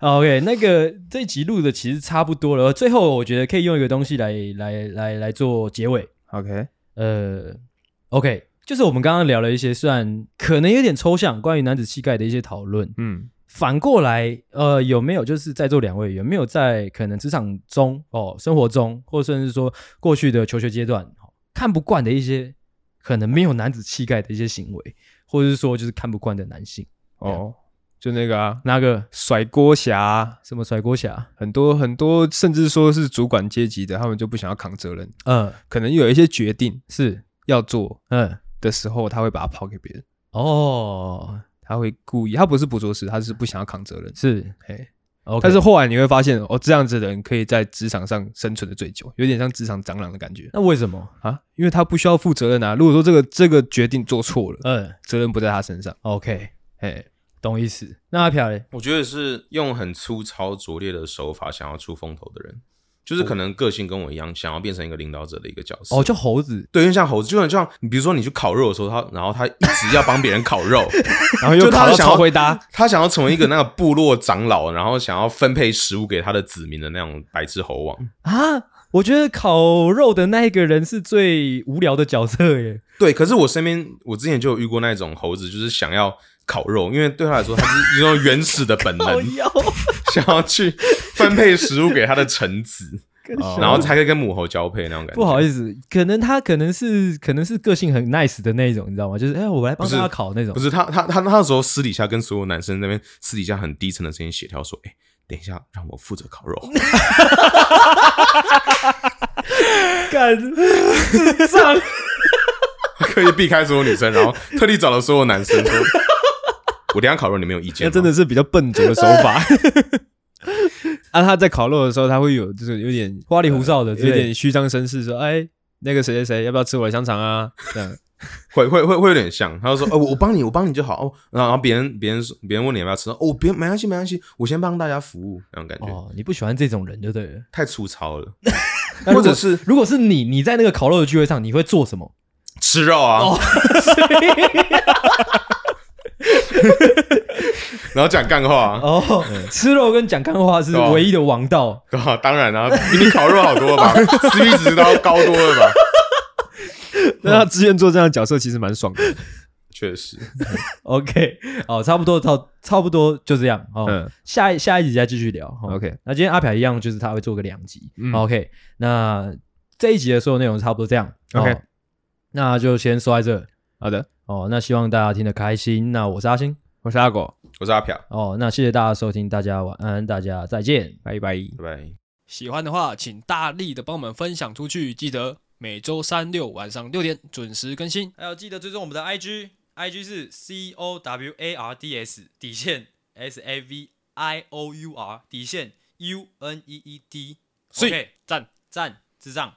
Speaker 1: 好 OK，那个这一集录的其实差不多了，最后我觉得可以用一个东西来来来来做结尾。
Speaker 3: OK，
Speaker 1: 呃，OK，就是我们刚刚聊了一些虽然可能有点抽象关于男子气概的一些讨论，
Speaker 3: 嗯，
Speaker 1: 反过来，呃，有没有就是在座两位有没有在可能职场中哦、生活中，或甚至说过去的求学阶段，哦看不惯的一些可能没有男子气概的一些行为，或者是说就是看不惯的男性，
Speaker 3: 哦，就那个啊，
Speaker 1: 那个
Speaker 3: 甩锅侠啊，
Speaker 1: 什么甩锅侠，
Speaker 3: 很多很多，甚至说是主管阶级的，他们就不想要扛责任，
Speaker 1: 嗯，
Speaker 3: 可能有一些决定
Speaker 1: 是，
Speaker 3: 要做
Speaker 1: 嗯，
Speaker 3: 的时候，他会把它抛给别人，
Speaker 1: 哦，
Speaker 3: 他会故意，他不是不做事，他是不想要扛责任，
Speaker 1: 是，
Speaker 3: 哎，
Speaker 1: OK
Speaker 3: 但是后来你会发现，哦，这样子的人可以在职场上生存的最久，有点像职场蟑螂的感觉
Speaker 1: 那为什么？
Speaker 3: 啊，因为他不需要负责任啊。如果说这个这个决定做错了，呃
Speaker 1: 嗯
Speaker 3: 责任不在他身上，
Speaker 1: ，OK，
Speaker 3: 哎，
Speaker 1: 懂意思。那阿飘嘞？
Speaker 2: 我觉得是用很粗糙拙劣的手法想要出风头的人，就是可能个性跟我一样，想要变成一个领导者的一个角色。
Speaker 1: 哦，就猴子，
Speaker 2: 对，因为像猴子，就很像你，比如说你去烤肉的时候，他然后他一直要帮别人烤 肉，
Speaker 3: 然后
Speaker 2: 就
Speaker 3: 又
Speaker 2: 他
Speaker 3: 考到
Speaker 2: 想要
Speaker 3: 超回答，
Speaker 2: 他想要成为一个那个部落长老，然后想要分配食物给他的子民的那种白痴猴王。
Speaker 1: 啊，我觉得烤肉的那一个人是最无聊的角色 耶。
Speaker 2: 对，可是我身边我之前就有遇过那种猴子，就是想要烤肉，因为对他来说，他是一种原始的本能，
Speaker 1: 腰，
Speaker 2: 想要去分配食物给他的臣子，
Speaker 3: 哦
Speaker 2: 然后才可以跟母猴交配那种感觉。
Speaker 1: 不好
Speaker 2: 思，
Speaker 1: 意思，可能他可能是可能是个性很 nice 的那一种，你知道吗？就是哎、我来帮
Speaker 2: 不是
Speaker 1: 大家烤那种
Speaker 2: 不。是他，他他他那时候私底下跟所有男生那边私底下很低沉的声音协调说：“哎、等一下，让我负责烤肉。
Speaker 1: 干，智障！”
Speaker 2: 刻意避开所有女生，然后特地找了所有男生说：“我等一下烤肉，你没有意见 哦
Speaker 3: 那
Speaker 2: 吗？”
Speaker 3: 真的是比较笨拙的手 法。 啊，他在烤肉的时候，他会有就是有点
Speaker 1: 花里胡哨的之类
Speaker 3: 有
Speaker 1: 的，
Speaker 3: 点虚张声势，说：“哎，那个谁谁谁，要不要吃我的香肠啊？”这样，
Speaker 2: 会会会会有点像，他就说：“哦，我我帮你，我帮你就好。”哦，然后然后别人别人说别人问你要不要吃，哦，别没关系没关系，我先帮大家服务，那种感觉、
Speaker 1: 哦，你不喜欢这种人就对了。
Speaker 2: 太粗糙了，
Speaker 1: 那如 果
Speaker 2: 或者是
Speaker 1: 如果是你，你在那个烤肉的聚会上，你会做 什么？
Speaker 2: 吃肉啊，
Speaker 1: 哦
Speaker 2: 然后讲干话、啊，
Speaker 1: 哦，吃肉跟讲干话是
Speaker 2: 对啊
Speaker 1: 唯一的王道。
Speaker 2: 对吧？当然啦、比你烤肉好多了吧 ，CP 值都要高多了吧？哦
Speaker 3: 那他自愿做这样的角色，其实蛮爽的。
Speaker 2: 确实，
Speaker 1: OK，哦， 差不多到差不多就这样哦。
Speaker 3: 嗯
Speaker 1: 下一下一集再继续聊。哦
Speaker 3: OK
Speaker 1: 那今天阿朴一样就是他会做个两集。
Speaker 3: 嗯
Speaker 1: OK，那这一集的所有内容差不多这样。哦
Speaker 3: OK
Speaker 1: 那就先说在这。
Speaker 3: 好的，
Speaker 1: 哦，那希望大家听得开心。那我是阿星。
Speaker 3: 我是阿狗，
Speaker 2: 我是阿飘，
Speaker 1: 哦，那谢谢大家收听，大家晚安，大家再见。
Speaker 3: 拜拜。
Speaker 2: 拜拜。
Speaker 4: 喜欢的话，请大力的帮我们分享出去。记得每周三六晚上六点准时更新。
Speaker 5: 还有记得追踪我们的 IG，IG 是 C O W A R D S 底线 S A V I O U R 底线 U N E E D。
Speaker 4: 所以
Speaker 5: OK，赞赞智障。